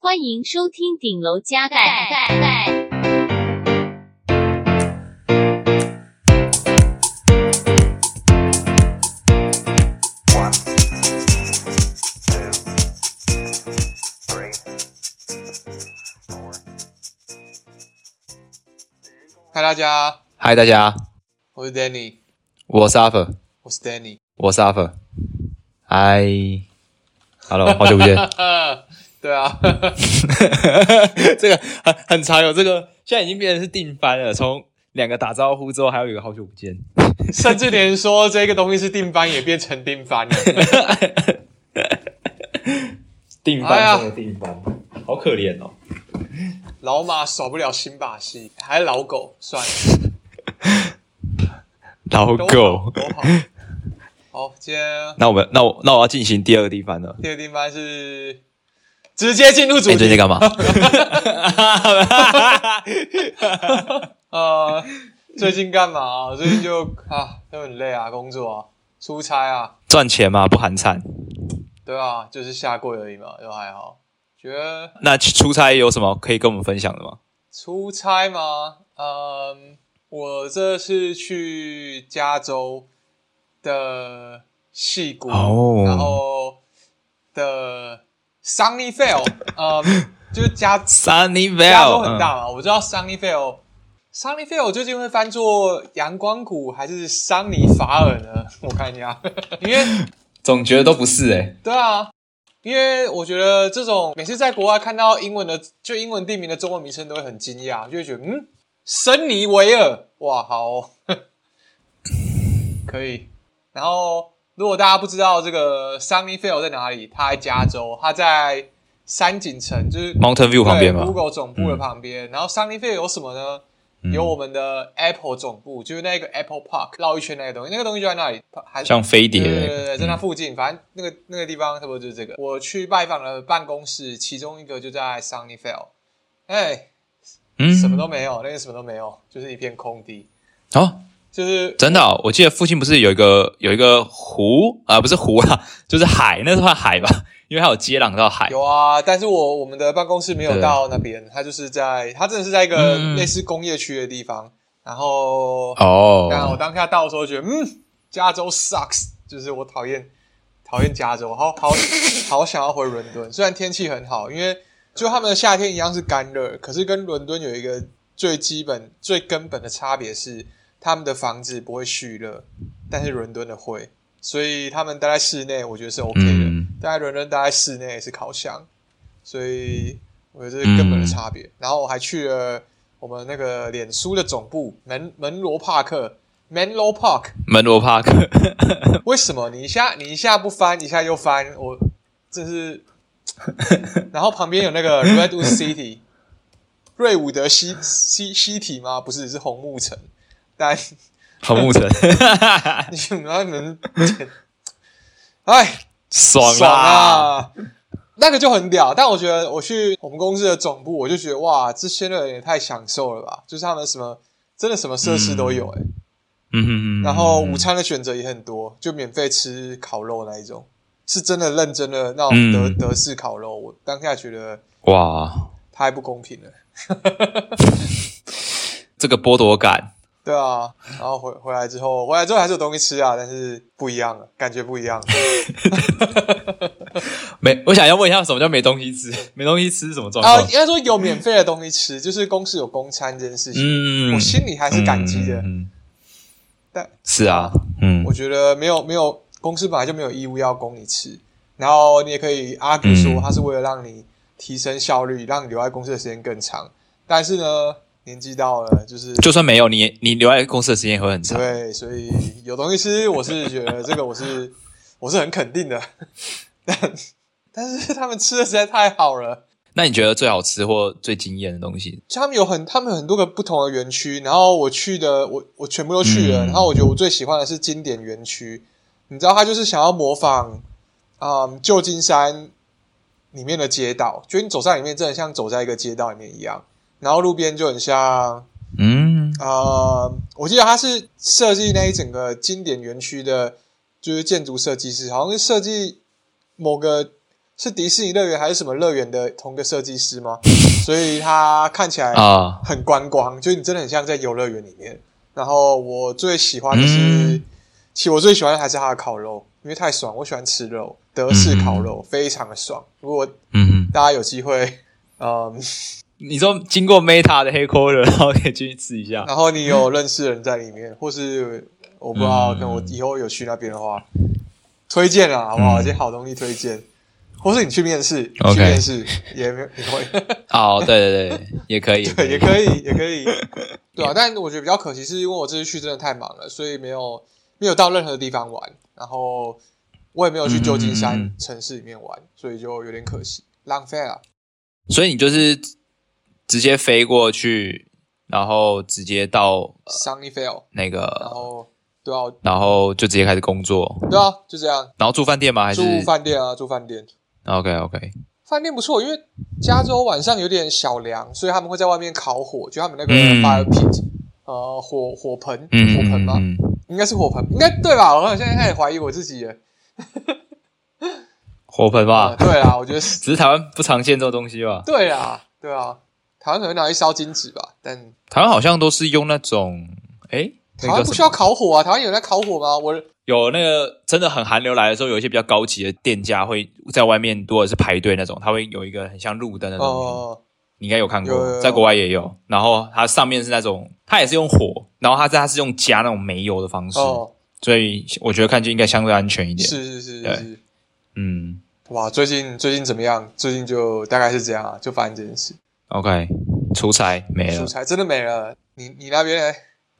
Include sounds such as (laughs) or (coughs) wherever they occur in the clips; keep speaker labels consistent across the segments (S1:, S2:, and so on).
S1: 欢迎收听顶楼加盖。盖盖
S2: 嗨，大家，
S3: 嗨，大家，
S2: 我是 Danny，
S3: 我是 Alpha，
S2: 我是 Danny。
S3: 我是 Alpha，嗨，Hello，好久不见。
S2: 对 (laughs) 啊，
S3: (laughs) 这个很很常有这个，现在已经变成是定番了。从两个打招呼之后，还有一个好久不见。
S2: 甚至连说这个东西是定番也变成定番 (laughs) 了。
S3: 定
S2: 哎呀
S3: 的定番，好可怜哦。
S2: 老马少不了新把戏，还是老狗算了，
S3: 老
S2: 都好
S3: 狗。
S2: 都好。好，今天
S3: 那我们，那我，那我要进行第二个定番了。
S2: 第二个定番是直接进入主
S3: 哎你最
S2: 题。
S3: 近在干嘛？
S2: 呃，最近干嘛、呃最近就啊，都很累啊，工作啊，出差啊，
S3: (laughs) 赚钱嘛，不寒碜。
S2: 对啊，就是下跪而已嘛，又还好。觉得
S3: 那出差有什么可以跟我们分享的吗？
S2: 出差吗？嗯，我这次去加州的戏谷
S3: 哦
S2: 然后的 Sunnyvale，嗯，就是加加州
S3: Sunnyvale
S2: 很大嘛，我知道 Sunnyvale。Sunnyvale 究竟会翻作阳光谷还是桑尼法尔呢？我看一下， (laughs) 因为
S3: 嗯总觉得都不是哎、
S2: 对啊，因为我觉得这种每次在国外看到英文的，就英文地名的中文名称都会很惊讶，就会觉得嗯，森尼维尔，哇，好哦、 (laughs) 可以。然后如果大家不知道这个 Sunnyvale 在哪里，它在加州，它在山景城，就是
S3: Mountain View 旁边嗯
S2: 对
S3: 吗？
S2: Google 总部的旁边。然后 Sunnyvale 有什么呢？
S3: 嗯
S2: 有我们的 Apple 总部，就是那个 Apple Park 绕一圈那个东西，那个东西就在那里，还是
S3: 像飞碟、
S2: 对嗯
S3: 欸。
S2: 对对，在那附近，反正那个那个地方差不多就是这个。我去拜访了办公室，其中一个就在 Sunnyvale，哎、
S3: 嗯，
S2: 什么都没有，那个什么都没有，就是一片空地，
S3: 哦，
S2: 就是
S3: 真的哦、我记得附近不是有一个有一个湖啊、不是湖啦，就是海，那算海吧，因为它有接壤到海。
S2: 有啊。但是我我们的办公室没有到那边，它就是在它真的是在一个
S3: 嗯
S2: 类似工业区的地方。然后，但我
S3: 哦，
S2: 当下到的时候觉得，嗯，加州 sucks，就是我讨厌讨厌加州，好好好想要回伦敦。虽然天气很好，因为就他们的夏天一样是干热，可是跟伦敦有一个最基本、最根本的差别是，他们的房子不会蓄热，但是伦敦的会，所以他们待在室内，我觉得是 OK 的。
S3: 嗯
S2: 待在伦敦待在室内也是烤箱，所以我觉得这是根本的差别。然后我还去了我们那个脸书的总部门门罗帕克 （Menlo Park）。
S3: 门罗帕克，
S2: 为什么你一下你一下不翻，一下又翻？我这是。然后旁边有那个 Redwood City，瑞伍德西西西体吗？不是，是红木城。但 (laughs)
S3: 红木城，
S2: 你们能，哎，
S3: 爽
S2: 爽
S3: 啦！
S2: 啊！那个就很屌，但我觉得我去我们公司的总部，我就觉得哇，这些人也太享受了吧！就是他们什么真的什么设施都有哎、欸
S3: 嗯哼嗯，
S2: 然后午餐的选择也很多，就免费吃烤肉那一种，是真的认真的那种德、
S3: 嗯
S2: 德式烤肉，我当下觉得
S3: 哇，
S2: 太不公平了。
S3: 这个剥夺感，
S2: 对啊，然后回回来之后，回来之后还是有东西吃啊，但是不一样了，感觉不一
S3: (laughs)
S2: 样了。
S3: 没，我想要问一下，什么叫没东西吃？没东西吃是什么状
S2: 啊，
S3: 况
S2: 应？该说有免费的东西吃，就是公司有公餐这件事情，
S3: 嗯
S2: 我心里还是感激的。
S3: 嗯嗯嗯
S2: 但
S3: 是啊，嗯
S2: 我，觉得没有没有公司本来就没有义务要供你吃，然后你也可以 argue 说
S3: 嗯
S2: 它是为了让你提升效率，让你留在公司的时间更长。但是呢，年纪到了
S3: (laughs)
S2: 就是
S3: 就算没有你也，你留在公司的时间也会很长。
S2: 对，所以有东西吃，我是觉得这个我是 (laughs) 我是很肯定的。 (laughs) 但但是他们吃的实在太好了。
S3: 那你觉得最好吃或最惊艳的东西？
S2: 他们有很，他们有很多个不同的园区，然后我去的，我我全部都去了。
S3: 嗯
S2: 然后我觉得我最喜欢的是经典园区，你知道，他就是想要模仿，嗯，旧金山里面的街道，觉得你走在里面真的像走在一个街道里面一样，然后路边就很像，
S3: 嗯，
S2: 呃，我记得他是设计那一整个经典园区的，就是建筑设计师，好像是设计某个是迪士尼乐园还是什么乐园的同个设计师吗？所以它看起来
S3: 啊，
S2: 很观光，就你真的很像在游乐园里面。然后我最喜欢的是，
S3: 嗯
S2: 其实我最喜欢的还是它的烤肉，因为太爽，我喜欢吃肉，德式烤肉、非常的爽。如果
S3: 嗯，
S2: 大家有机会，嗯，
S3: 你说经过 Meta 的黑 quarter，然后可以进去吃一下，
S2: 然后你有认识的人在里面，或是我不知道，
S3: 嗯
S2: 可能我以后有去那边的话，推荐啊，好不好？
S3: 嗯
S2: 这些好东西推荐，或是你去面试，
S3: OK
S2: 去面试也没有 (laughs) 也会，
S3: 哦，对对 (laughs) 对，也可以，
S2: (laughs) 对，也可以，也可以，
S3: (laughs)
S2: 对啊。但我觉得比较可惜，是因为我这次去真的太忙了，所以没有没有到任何地方玩，然后我也没有去旧金
S3: 嗯嗯嗯
S2: 山城市里面玩，所以就有点可惜，浪费啊了。
S3: 所以你就是直接飞过去，然后直接到呃
S2: Sunny Fail，
S3: 那
S2: 然
S3: 个，
S2: 后对啊，
S3: 然后就直接开始工作，
S2: 对啊，就这样，
S3: 然后住饭店吗？还是
S2: 住饭店啊，住饭店。
S3: OK OK，
S2: 饭店不错，因为加州晚上有点小凉，所以他们会在外面烤火，就他们那个
S3: 嗯
S2: fire pit，、呃，火火盆，
S3: 嗯，
S2: 火盆吗？
S3: 嗯？嗯
S2: 应该是火盆，应该对吧？我好像现在开始怀疑我自己了。
S3: 火盆
S2: 啊、
S3: 吧，
S2: 对啊，我觉得是，
S3: 只是台湾不常见这种东西吧？
S2: 对啊，对啊，台湾可能拿去烧金纸吧，但
S3: 台湾好像都是用那种，哎，
S2: 台
S3: 那
S2: 湾
S3: 个
S2: 不
S3: 什
S2: 需
S3: 么
S2: 要烤火啊，台湾有人在烤火吗？我
S3: 有那个真的很寒流来的时候，有一些比较高级的店家会在外面，或者是排队那种，它会有一个很像路灯的那种东西，
S2: 呃，
S3: 你应该有看
S2: 有有
S3: 过，
S2: 有
S3: 在国外也有。然后它上面是那种，它也是用火，然后它在它是用加那种煤油的方式，
S2: 哦，
S3: 所以我觉得看就应该相对安全一点。
S2: 是是是
S3: 对
S2: 是是，
S3: 嗯
S2: 哇，最近最近怎么样？最近就大概是这样啊，就发生这件事，
S3: ，OK，出差没了
S2: 蔬。菜真的没了，你你那边呢？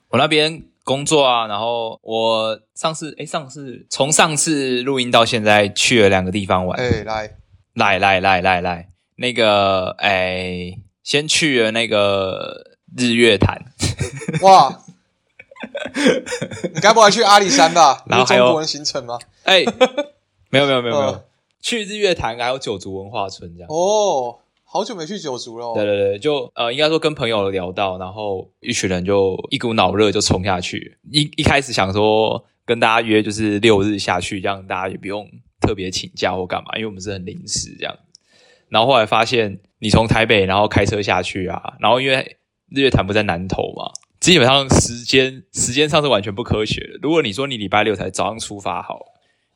S3: 我那边工作啊，然后我上次哎，上次从上次录音到现在去了两个地方玩，
S2: 哎、来，
S3: 来来来来来，那个哎，先去了那个日月潭，
S2: 哇，
S3: (laughs)
S2: 你该不会去阿里山吧？
S3: 然后还
S2: 是
S3: 有
S2: 中国人行程吗？
S3: 哎，没有没有没有没有，
S2: 嗯
S3: 去日月潭还有九族文化村这样。
S2: 哦，好久没去九族了、
S3: 对
S2: 哦。
S3: 对对，就呃，应该说跟朋友聊到，然后一群人就一股脑热就冲下去。一一开始想说跟大家约就是六日下去，这样大家也不用特别请假或干嘛，因为我们是很临时这样。然后后来发现，你从台北然后开车下去啊，然后因为日月潭不在南投嘛，基本上时间时间上是完全不科学的。如果你说你礼拜六才早上出发好了，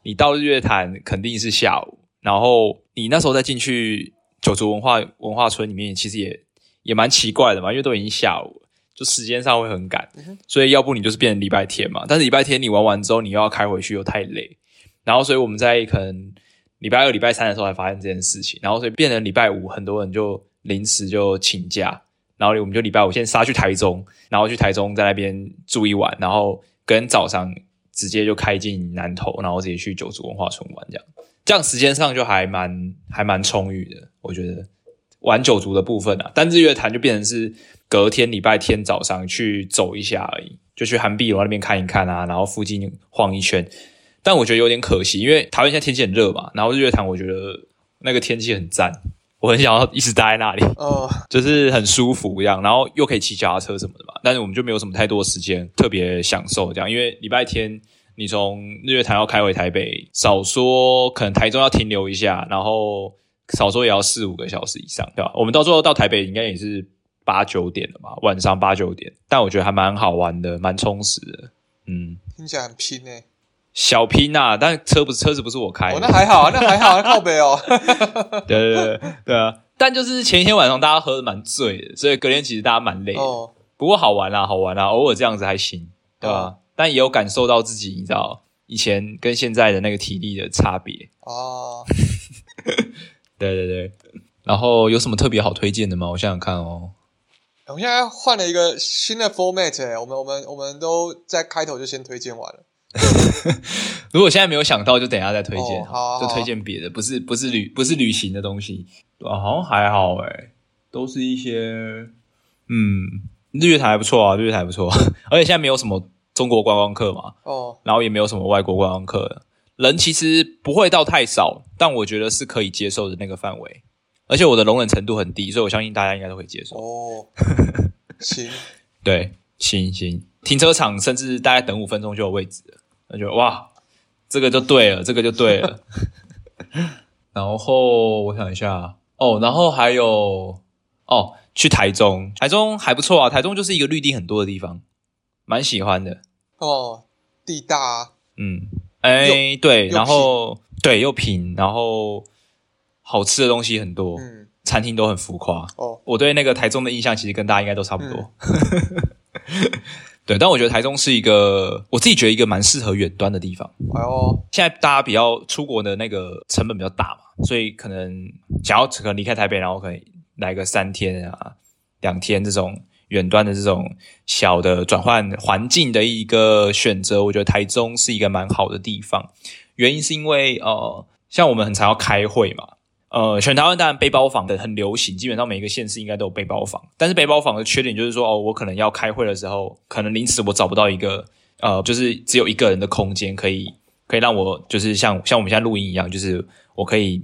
S3: 你到日月潭肯定是下午，然后你那时候再进去九族文化文化村里面，其实也也蛮奇怪的嘛，因为都已经下午了，就时间上会很赶，所以要不你就是变成礼拜天嘛，但是礼拜天你玩完之后，你又要开回去，又太累，然后所以我们在可能礼拜二、礼拜三的时候才发现这件事情，然后所以变成礼拜五，很多人就临时就请假，然后我们就礼拜五先杀去台中，然后去台中在那边住一晚，然后跟早上直接就开进南投，然后直接去九族文化村玩，这样这样时间上就还蛮还蛮充裕的，我觉得玩九族的部分啊，但日月潭就变成是隔天礼拜天早上去走一下而已，就去寒碧楼那边看一看啊，然后附近晃一圈。但我觉得有点可惜，因为台湾现在天气很热嘛，然后日月潭我觉得那个天气很赞，我很想要一直待在那里。
S2: 呃，
S3: 就是很舒服一样，然后又可以骑脚踏车什么的嘛。但是我们就没有什么太多时间特别享受这样，因为礼拜天你从日月潭要开回台北，少说可能台中要停留一下，然后少说也要四五个小时以上，对吧？我们到最后到台北应该也是八九点了吧，晚上八九点。但我觉得还蛮好玩的，蛮充实的，嗯。
S2: 听起来很拼呢、
S3: 小拼啊，但车不是车子不是我开的，
S2: 哦，那还好啊，那还好啊，靠北哦。
S3: 对对对对对啊！但就是前一天晚上大家喝的蛮醉的，所以隔天其实大家蛮累的。
S2: 哦，
S3: 不过好玩啦、啊好玩啦、偶尔这样子还行，对吧、
S2: 哦
S3: 但也有感受到自己，你知道以前跟现在的那个体力的差别。
S2: 啊，
S3: 对对对。然后有什么特别好推荐的吗？我想想看哦。
S2: 我们现在换了一个新的 format，、欸、我们我们我们都在开头就先推荐完了。
S3: 如果现在没有想到，就等一下再推荐，
S2: 哦好啊
S3: 就
S2: 好啊
S3: 推荐别的，不是不是旅不是旅行的东西，啊、好像还好诶、都是一些嗯，日月潭还不错啊，日月潭还不错， (laughs) 而且现在没有什么中国观光客嘛，
S2: 哦，
S3: 然后也没有什么外国观光客了，人其实不会到太少，但我觉得是可以接受的那个范围，而且我的容忍程度很低，所以我相信大家应该都会接受。
S2: 哦， (laughs) 行，
S3: 对，行行，停车场甚至大概等五分钟就 (laughs) 有位置了，那就哇，这个就对了，这个就对了。
S4: 然后我想一下，哦，然后还有
S3: 哦，去台中，台中还不错啊，台中就是一个绿地很多的地方，蛮喜欢的。
S2: 哦，地大、啊，
S3: 嗯，哎，对，
S2: 又
S3: 然后对又平，然后好吃的东西很多，
S2: 嗯，
S3: 餐厅都很浮夸。
S2: 哦，
S3: 我对那个台中的印象其实跟大家应该都差不多。
S2: 嗯
S3: (laughs) 对，但我觉得台中是一个我自己觉得一个蛮适合远端的地方。
S2: 哎呦，
S3: 现在大家比较出国的那个成本比较大嘛，所以可能想要可能离开台北，然后可能来个三天啊、两天这种远端的这种小的转换环境的一个选择，我觉得台中是一个蛮好的地方。原因是因为呃，像我们很常要开会嘛，呃，全台湾当然背包房的很流行，基本上每一个县市应该都有背包房。但是背包房的缺点就是说，哦，我可能要开会的时候，可能临时我找不到一个呃，就是只有一个人的空间可以可以让我就是像像我们现在录音一样，就是我可以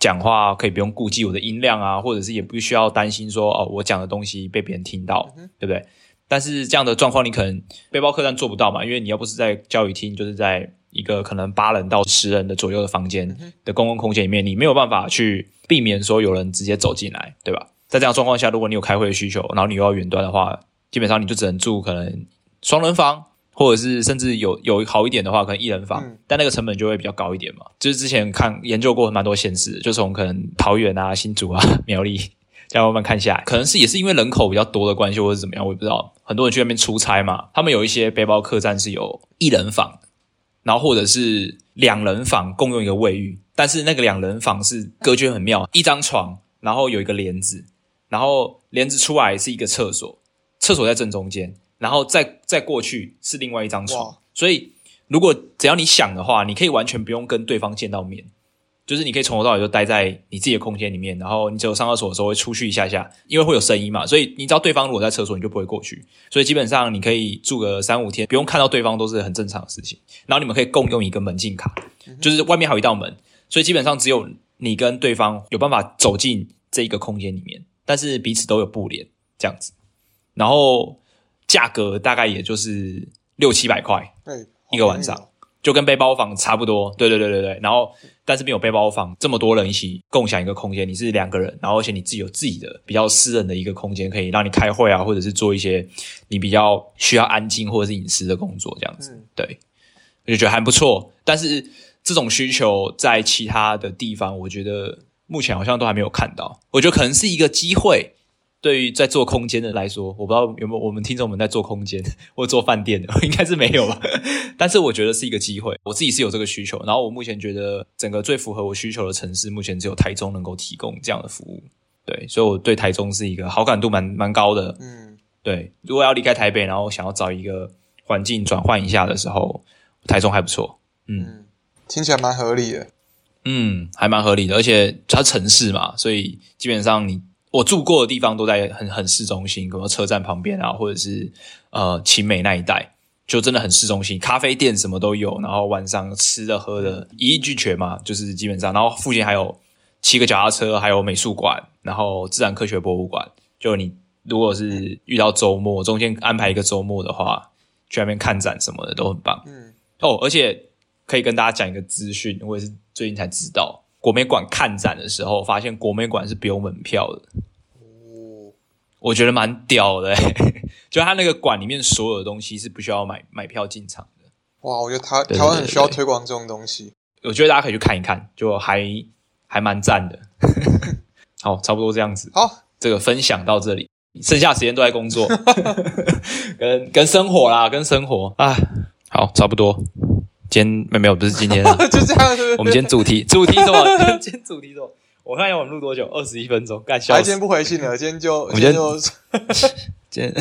S3: 讲话可以不用顾忌我的音量啊，或者是也不需要担心说哦，我讲的东西被别人听到，对不对？但是这样的状况，你可能背包客栈做不到嘛，因为你要不是在教育厅，就是在一个可能八人到十人的左右的房间的公共空间里面，你没有办法去避免说有人直接走进来，对吧？在这样的状况下，如果你有开会的需求，然后你又要远端的话，基本上你就只能住可能双人房，或者是甚至有有好一点的话，可能一人房，
S2: 嗯
S3: 但那个成本就会比较高一点嘛。就是之前看研究过蛮多县市，就从可能桃园啊、新竹啊、 (laughs) 苗栗这样慢慢看下来，可能是也是因为人口比较多的关系，或者是怎么样，我也不知道。很多人去那边出差嘛，他们有一些背包客栈是有一人房，然后或者是两人房共用一个卫浴，但是那个两人房是隔绝很妙，一张床，然后有一个帘子，然后帘子出来是一个厕所，厕所在正中间，然后再再过去是另外一张床
S2: 哇，
S3: 所以如果只要你想的话，你可以完全不用跟对方见到面。就是你可以从头到尾就待在你自己的空间里面，然后你只有上厕所的时候会出去一下下，因为会有声音嘛，所以你知道对方如果在厕所，你就不会过去。所以基本上你可以住个三五天，不用看到对方都是很正常的事情。然后你们可以共用一个门禁卡，就是外面还有一道门，所以基本上只有你跟对方有办法走进这一个空间里面，但是彼此都有布帘这样子。然后价格大概也就是六七百块，
S2: 哎，
S3: 一个晚上
S2: 好便宜哦
S3: 就跟背包房差不多，对对对对对。然后，但是没有背包房这么多人一起共享一个空间，你是两个人，然后而且你自己有自己的比较私人的一个空间，可以让你开会啊，或者是做一些你比较需要安静或者是隐私的工作，这样子。
S2: 嗯
S3: 对，我就觉得还不错。但是这种需求在其他的地方，我觉得目前好像都还没有看到。我觉得可能是一个机会。对于在做空间的来说，我不知道有没有我们听众们在做空间或做饭店的， (laughs) 应该是没有吧。但是我觉得是一个机会，我自己是有这个需求。然后我目前觉得整个最符合我需求的城市，目前只有台中能够提供这样的服务。对，所以我对台中是一个好感度蛮蛮高的。
S2: 嗯，
S3: 对，如果要离开台北，然后想要找一个环境转换一下的时候，台中还不错。嗯
S2: 嗯，听起来蛮合理的。
S3: 嗯，还蛮合理的，而且它城市嘛，所以基本上你我住过的地方都在很很市中心，比如说车站旁边啊，或者是呃青美那一带，就真的很市中心，咖啡店什么都有，然后晚上吃的喝的一应俱全嘛，就是基本上，然后附近还有骑个脚踏车，还有美术馆，然后自然科学博物馆，就你如果是遇到周末，中间安排一个周末的话，去那边看展什么的都很棒。
S2: 嗯，
S3: 哦，而且可以跟大家讲一个资讯，我也是最近才知道，国美馆看展的时候，发现国美馆是不用门票的，
S2: 哦，
S3: 我觉得蛮屌的、欸， (laughs) 就它那个馆里面所有的东西是不需要买买票进场的。
S2: 哇，我觉得台
S3: 对对
S2: 台湾很需要
S3: 对对
S2: 推广这种东西。
S3: 我觉得大家可以去看一看，就还还蛮赞的。 (laughs) 好，差不多这样子，
S2: 好， (laughs)
S3: 这个分享到这里，剩下时间都在工作， (laughs) 跟跟生活啦，跟生活啊，好，差不多。今天没有，不是今天啊，
S2: 就这样， (laughs) 是不是
S3: 我们今天主题主题
S2: (laughs)
S3: 什么？今天主题什么？我看一下我们录多久，二十一分钟，干笑
S2: 白今
S3: 死
S2: 天！不回信了，今天就我
S3: 们今天
S2: 就
S3: 今天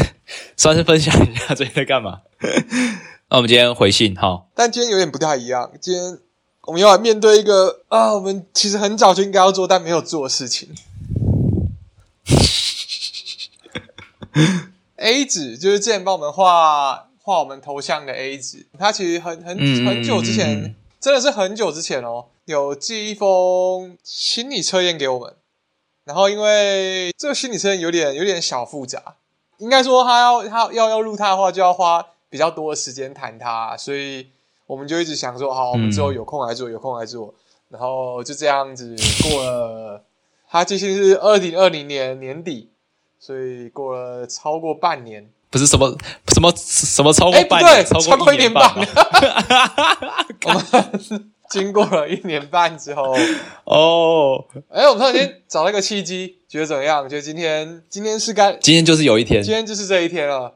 S3: 算是分享一下最近在干嘛。 (laughs) 那我们今天回信哈，
S2: 但今天有点不太一样，今天我们要来面对一个啊，我们其实很早就应该要做但没有做的事
S3: (laughs)
S2: 情。A 纸就是之前帮我们画画我们头像的 A 纸，他其实很很
S3: 嗯
S2: 很久之前，
S3: 嗯嗯
S2: 真的是很久之前哦，有寄一封心理测验给我们，然后因为这个心理测验有点有点小复杂，应该说他要他要要录他的话，就要花比较多的时间谈他，所以我们就一直想说，好，我们之后有空来做，有空来做。然后就这样子过了，它其实是二零二零年年底，所以过了超过半年，
S3: 不是什么什么什么超过
S2: 哎不
S3: 半
S2: 对
S3: 年，
S2: 超过
S3: 过
S2: 一
S3: 年
S2: 年半
S3: 吧
S2: 我 (laughs) 们经过了一年半之后，
S3: 哦，
S2: 哎、我们突然间找到一个契机，觉得怎么样？觉得今天今天是该，
S3: 今天就是有一天
S2: 今天就是这一天了。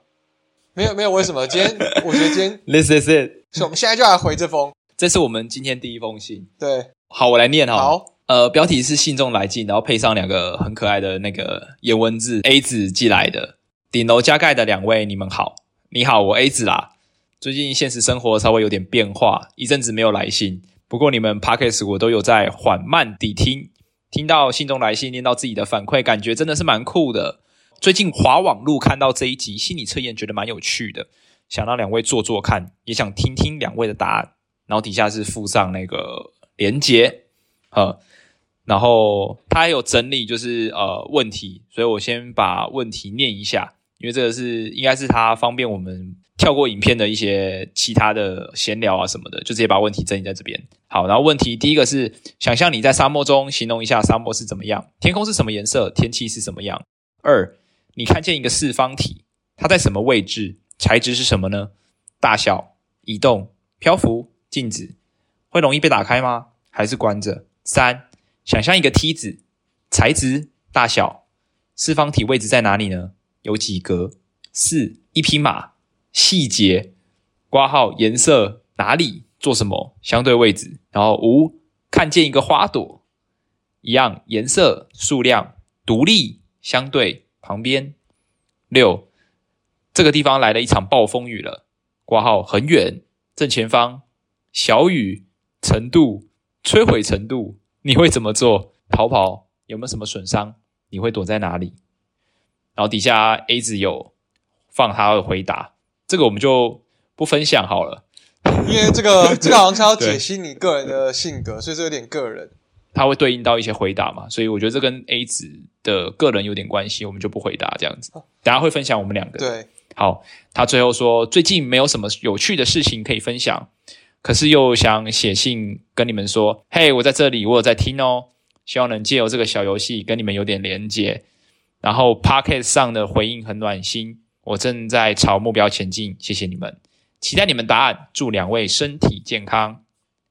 S2: 没有没有，为什么？今天我觉得今天，
S3: ，This is it，
S2: 所以我们现在就来回这封。
S3: 这是我们今天第一封信。
S2: 对，
S3: 好，我来念哈。
S2: 好，
S3: 呃，标题是信中来信，然后配上两个很可爱的那个颜文字 A 子寄来的。顶楼加盖的两位，你们好，你好，我 A 子啦。最近现实生活稍微有点变化，一阵子没有来信，不过你们 p o d c a s t 我都有在缓慢地听，听到信中来信，念到自己的反馈，感觉真的是蛮酷的。最近滑网路看到这一集心理测验，觉得蛮有趣的，想让两位做做看，也想听听两位的答案。然后底下是附上那个连接，呃，然后他还有整理就是呃问题，所以我先把问题念一下，因为这个是应该是他方便我们跳过影片的一些其他的闲聊啊什么的，就直接把问题整理在这边。好，然后问题第一个是想象你在沙漠中，形容一下沙漠是怎么样，天空是什么颜色，天气是什么样。二，你看见一个四方体，它在什么位置？材质是什么呢？大小、移动、漂浮、静止，会容易被打开吗？还是关着？三，想象一个梯子，材质、大小、四方体位置在哪里呢？有几格？四，一匹马，细节、挂号、颜色、哪里、做什么、相对位置。然后五，看见一个花朵，一样颜色、数量、独立、相对、旁边。六，这个地方来了一场暴风雨了，挂号很远，正前方，小雨程度、摧毁程度，你会怎么做？逃跑有没有什么损伤？你会躲在哪里？然后底下 A 子有放他的回答，这个我们就不分享好了。
S2: 因为这个这个好像是要解
S3: 对
S2: 析你个人的性格，所以这有点个人。
S3: 它会对应到一些回答嘛，所以我觉得这跟 A 子的个人有点关系，我们就不回答这样子。等下会分享我们两个。，
S2: 对，
S3: 好，他最后说最近没有什么有趣的事情可以分享，可是又想写信跟你们说，嘿，我在这里，我有在听哦，希望能借由这个小游戏跟你们有点连接。然后 p o c k e t 上的回应很暖心，我正在朝目标前进，谢谢你们，期待你们答案，祝两位身体健康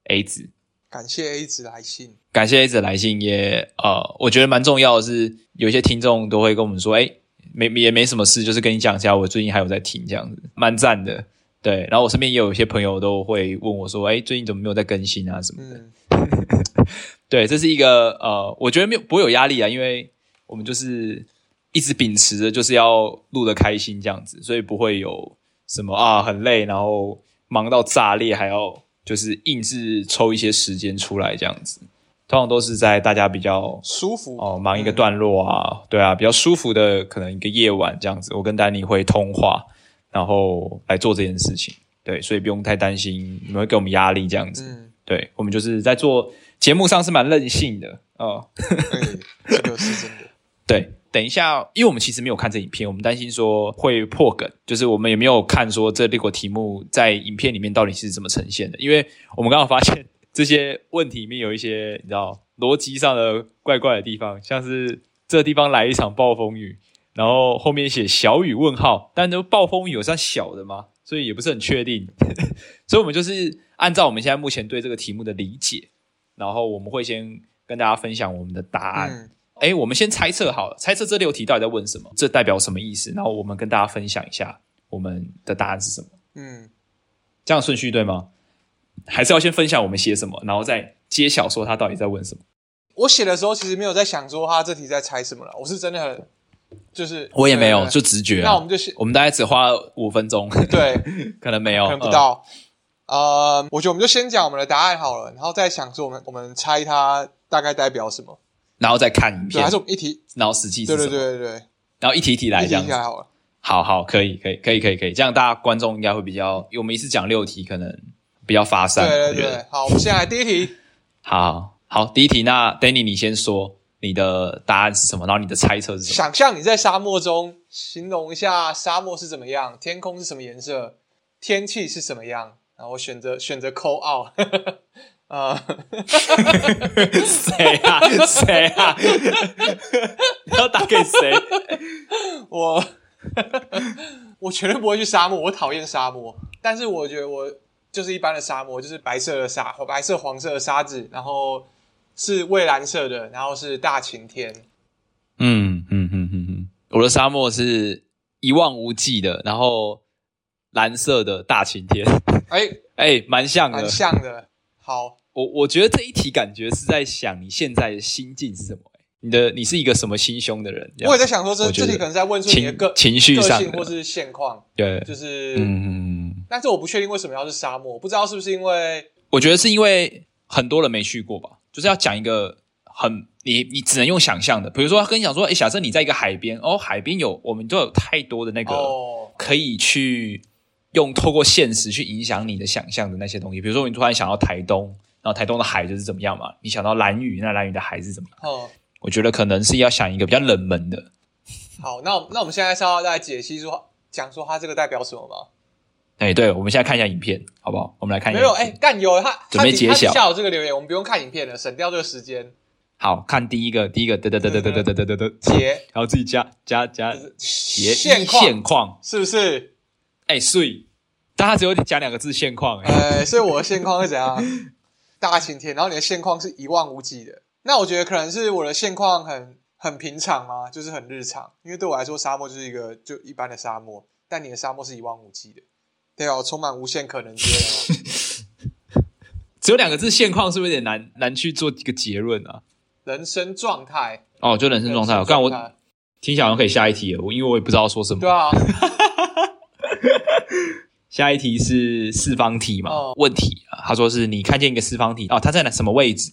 S3: ，A 子。
S2: 感谢 A 子来信。
S3: 感谢一直来信也，呃，我觉得蛮重要的是，有一些听众都会跟我们说，哎，没也没什么事，就是跟你讲一下，我最近还有在听这样子，蛮赞的。对，然后我身边也有一些朋友都会问我说，哎，最近怎么没有在更新啊什么的？
S2: 嗯，
S3: 对，这是一个呃，我觉得没有不会有压力啊，因为我们就是一直秉持着就是要录的开心这样子，所以不会有什么啊很累，然后忙到炸裂，还要就是硬是抽一些时间出来这样子。通常都是在大家比较
S2: 舒服
S3: 哦忙一个段落啊，对啊，比较舒服的可能一个夜晚这样子，我跟丹尼会通话，然后来做这件事情。对，所以不用太担心你们会给我们压力这样子。
S2: 嗯，
S3: 对，我们就是在做节目上是蛮任性的哦。
S2: 对，这个是真
S3: (laughs)
S2: 的。
S3: 对，等一下，因为我们其实没有看这影片，我们担心说会破梗，就是我们也没有看说这六个题目在影片里面到底是怎么呈现的，因为我们刚好发现这些问题里面有一些你知道逻辑上的怪怪的地方，像是这地方来一场暴风雨，然后后面写小雨问号，但都暴风雨有算小的吗？所以也不是很确定， (laughs) 所以我们就是按照我们现在目前对这个题目的理解，然后我们会先跟大家分享我们的答案。
S2: 嗯，
S3: 哎，我们先猜测好了，猜测这六题到底在问什么，这代表什么意思？然后我们跟大家分享一下我们的答案是什么，
S2: 嗯，
S3: 这样顺序对吗？还是要先分享我们写什么，然后再揭晓说他到底在问什么？
S2: 我写的时候其实没有在想说他这题在猜什么了，我是真的很就是
S3: 我也没有，
S2: 对
S3: 就直觉、啊。
S2: 那我们就先
S3: 我们大概只花了五分钟， (laughs)
S2: 对，
S3: 可能没有，
S2: 可能不
S3: 嗯。
S2: 到。呃，我觉得我们就先讲我们的答案好了，然后再想说我们我们猜它大概代表什么，
S3: 然后再看影
S2: 对，
S3: 片
S2: 还是，我们一题？
S3: 然后实际是
S2: 对
S3: 什
S2: 对
S3: 么？
S2: 对对
S3: 然后一题一题
S2: 对，
S3: 来
S2: 一
S3: 这
S2: 题
S3: 样
S2: 一题
S3: 子。
S2: 来好了。
S3: 好好，可以，可以，可以，可以，可以，这样大家观众应该会比较，我们一次讲六题，可能比较发散。
S2: 对
S3: 我
S2: 对
S3: 觉得
S2: 对，好，我们先来第一题。
S3: 好好，第一题，那 Danny 你先说你的答案是什么，然后你的猜测是什么？
S2: 想象你在沙漠中，形容一下沙漠是怎么样，天空是什么颜色，天气是什么样。然后我选择选择 call out， (laughs) 啊、
S3: 谁啊？谁啊？你要打给谁？
S2: 我我绝对不会去沙漠，我讨厌沙漠。但是我觉得我就是一般的沙漠，就是白色的沙，白色黄色的沙子，然后是蔚蓝色的，然后是大晴天。
S3: 嗯嗯嗯嗯嗯，我的沙漠是一望无际的，然后蓝色的大晴天， (laughs)
S2: 哎、
S3: 哎，蛮像的
S2: 蛮。像的。好，
S3: 我我觉得这一题感觉是在想你现在的心境是什么、哎你的你是一个什么心胸的人？这样
S2: 我也在想说这
S3: 我觉
S2: 这
S3: 得
S2: 里可能在问出你的
S3: 情
S2: 个
S3: 情绪
S2: 个
S3: 上
S2: 性
S3: 的
S2: 或是现况，
S3: 对，
S2: 就是、
S3: 嗯，
S2: 但是我不确定为什么要是沙漠，不知道是不是因为
S3: 我觉得是因为很多人没去过吧，就是要讲一个很你你只能用想象的，比如说他跟你讲说，哎，假设你在一个海边，哦，海边有我们都有太多的那个
S2: 哦，
S3: 可以去用透过现实去影响你的想象的那些东西，比如说你突然想到台东，然后台东的海就是怎么样嘛，你想到蓝屿，那蓝屿的海是怎么样？
S2: 哦，
S3: 我觉得可能是要想一个比较冷门的，
S2: 好，那我那我们现在是要来解析说讲说它这个代表什么吗？
S3: 哎，对，我们现在看一下影片，好不好？我们来看一
S2: 没
S3: 下，
S2: 有，哎、，干有他，他
S3: 准备
S2: 底
S3: 揭
S2: 他底
S3: 晓
S2: 下有这个留言，我们不用看影片了，省掉这个时间。
S3: 好看第一个，第一个，得得得得得得得得得，
S2: 节
S3: 然后自己加加加
S2: 就是
S3: 结
S2: 现
S3: 现
S2: 况
S3: 况，
S2: 是不是？
S3: 哎，碎，但他只有讲两个字现况，哎，
S2: 呃，所以我的现况是怎样？大晴天，然后你的现况是一望无际的。那我觉得可能是我的现况很很平常吗？就是很日常，因为对我来说，沙漠就是一个就一般的沙漠，但你的沙漠是一望无际的，对哦，充满无限可能之类的吗。
S3: (laughs) 只有两个字现况，是不是有点难难去做一个结论啊？
S2: 人生状态，
S3: 哦，就人生状态，我
S2: 人
S3: 看
S2: 生
S3: 我
S2: 状态
S3: 听起来好像可以下一题了，我因为我也不知道说什么。
S2: 对啊，
S3: 下一题是四方体嘛？
S2: 哦
S3: 问题啊，他说是你看见一个四方体哦，它在哪什么位置，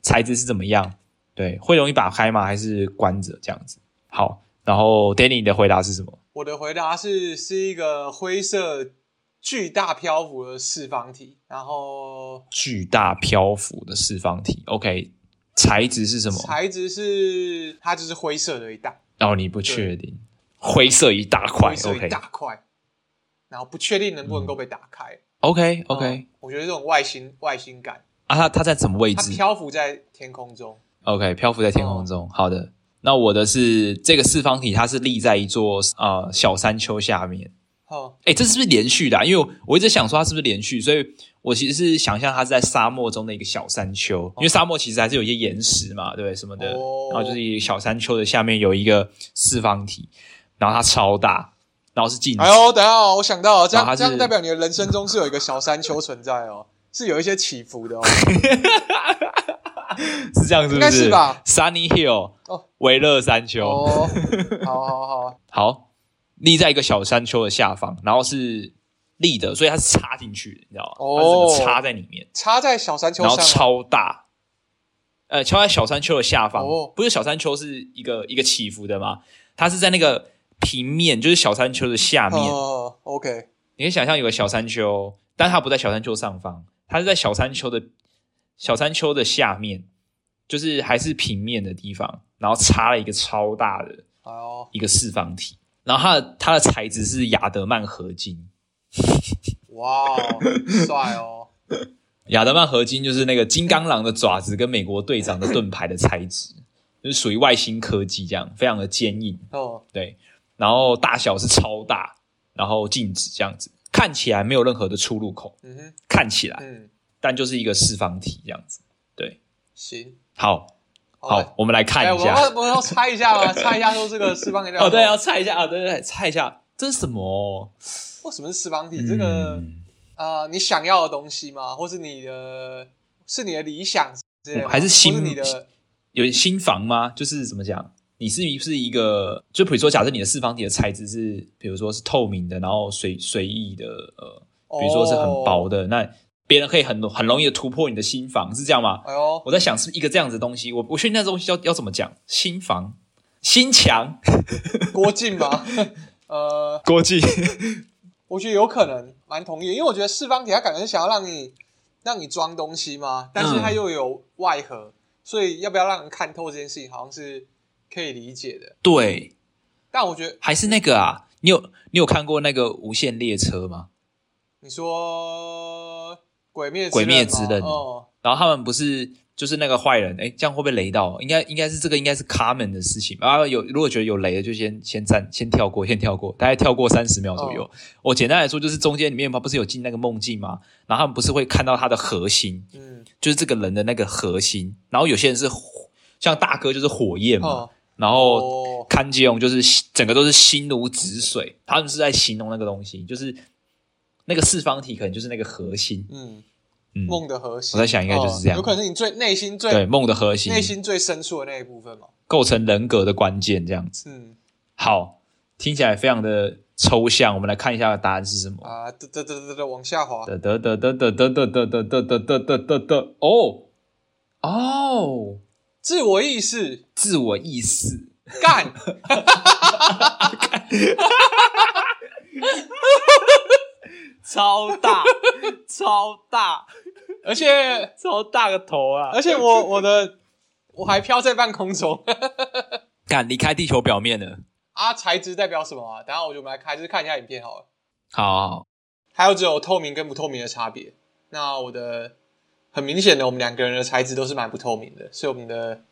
S3: 材质是怎么样？对，会容易打开吗？还是关着这样子？好，然后 Danny 你的回答是什么？
S2: 我的回答是是一个灰色巨大漂浮的四方体，然后
S3: 巨大漂浮的四方体，OK，材质是什么？
S2: 材质是它就是灰色的一大
S3: 然后、你不确定，灰色一大块
S2: 灰色一
S3: ，OK
S2: 大块，然后不确定能不能够被打开。
S3: OK OK，、
S2: 嗯我觉得这种外星外星感，
S3: 哦啊，它它在什么位
S2: 它
S3: 置
S2: 漂浮在天空中，
S3: ？OK，漂浮在天
S2: 哦
S3: 空中。好的，那我的是这个四方体，它是立在一座呃小山丘下面。
S2: 哦，
S3: 哎，这是不是连续的、啊？因为我我一直想说它是不是连续，所以我其实是想象它是在沙漠中的一个小山丘，因为沙漠其实还是有一些岩石嘛，对不对？什么的，
S2: 哦
S3: 然后就是一个小山丘的下面有一个四方体，然后它超大，然后是静止，
S2: 哎呦，等一下哦，我想到了，这
S3: 然啊后它
S2: 样
S3: 是
S2: 这样代表你的人生中是有一个小山丘存在哦，是有一些起伏的哦。
S3: (laughs) 哎是这样是不
S2: 应该是吧
S3: ？Sunny Hill，、
S2: 哦
S3: 维勒山丘，
S2: 哦，好好好，
S3: 好，立在一个小山丘的下方，然后是立的，所以它是插进去的，你知道吗？
S2: 哦
S3: 它是整个插在里面。
S2: 插在小山丘
S3: 然后
S2: 上啊吗，
S3: 超大，呃，敲在小山丘的下方，
S2: 哦
S3: 不是小山丘是一个一个起伏的吗？它是在那个平面，就是小山丘的下面。
S2: 哦，OK，
S3: 你可以想象有个小山丘，但它不在小山丘上方，它是在小山丘的小山丘的下面，就是还是平面的地方，然后插了一个超大的
S2: 好哦。
S3: 一个四方体，然后它的它的材质是亚德曼合金。
S2: 哇哦，帅哦！
S3: 亚德曼合金就是那个金刚狼的爪子跟美国队长的盾牌的材质， (laughs) 就是属于外星科技，这样非常的坚硬。
S2: 哦，
S3: 对，然后大小是超大，然后静止这样子，看起来没有任何的出入口，
S2: 嗯哼，
S3: 看起来，
S2: 嗯，
S3: 但就是一个四方体这样子。对，
S2: 行，
S3: 好，好，，我们来看
S2: 哎，
S3: 一
S2: 我
S3: 下。
S2: 要我要猜一下吗？猜一下说这个四方体代表
S3: (laughs) 哦，对，
S2: 什么
S3: 要猜一下啊，对对对，猜一下这是什么？
S2: 为什么是四方体？这个
S3: 嗯
S2: 啊，你想要的东西吗？或是你的是你的理想之类的吗，
S3: 哦还是心
S2: 或你的
S3: 有新房吗？就是怎么讲？你是不是一个？就比如说，假设你的四方体的材质是，比如说是透明的，然后随随意的，呃，比如说是很薄
S2: 的。
S3: 的，那别人可以很很容易的突破你的心房，是这样吗？
S2: 哎呦，
S3: 我在想是一个这样子的东西，我我确定那东西要要怎么讲？心房、心墙、
S2: 郭靖吗？ (laughs) 呃，
S3: 国际， (laughs)
S2: 我觉得有可能，蛮同意，因为我觉得四方体它感觉是想要让你让你装东西嘛，但是它
S3: 嗯
S2: 又有外盒，所以要不要让人看透这件事情，好像是可以理解的。
S3: 对，
S2: 但我觉得
S3: 还是那个啊？你有你有看过那个《无限列车》吗？
S2: 你说《鬼灭
S3: 鬼灭
S2: 之
S3: 之
S2: 刃
S3: 刃
S2: 吗》哦，
S3: 然后他们不是就是那个坏人，哎，这样会不会雷到？应该应该是这个应该是 common 的事情啊。有如果觉得有雷的，就先先暂先跳过，先跳过，大概跳过三十秒左
S2: 哦
S3: 右。我、简单来说，就是中间里面他不是有进那个梦境吗？然后他们不是会看到他的核心，
S2: 嗯，
S3: 就是这个人的那个核心。然后有些人是火像大哥就是火焰嘛，
S2: 哦
S3: 然后
S2: 哦，
S3: 看吉勇就是心整个都是心如止水，他们是在形容那个东西，就是那个四方体可能就是那个核心，
S2: 嗯，
S3: 嗯，
S2: 梦的核心，
S3: 我在想应该就是这样
S2: 哦有可能是你最内心
S3: 对
S2: 最
S3: 梦的核心，
S2: 内心最深处的那一部分嘛，
S3: 构成人格的关键这样子。
S2: 嗯
S3: 好，听起来非常的抽象，我们来看一下答案是什么。
S2: 啊，得得得得得往下滑，
S3: 得得得得得得得得得得得得得得哦哦，
S2: 自我意识，
S3: 自我意识。 (laughs)
S2: 干，
S3: 超大， (laughs) 超大，
S2: 而且
S3: 超大个头啊！
S2: 而且我我的我还飘在半空中，
S3: 敢离开地球表面了。
S2: 啊，材质代表什么啊？等一下我就来还是看一下影片好了。
S3: 好好，
S2: 还有只有透明跟不透明的差别。那我的很明显的，我们两个人的材质都是蛮不透明的，所以我们的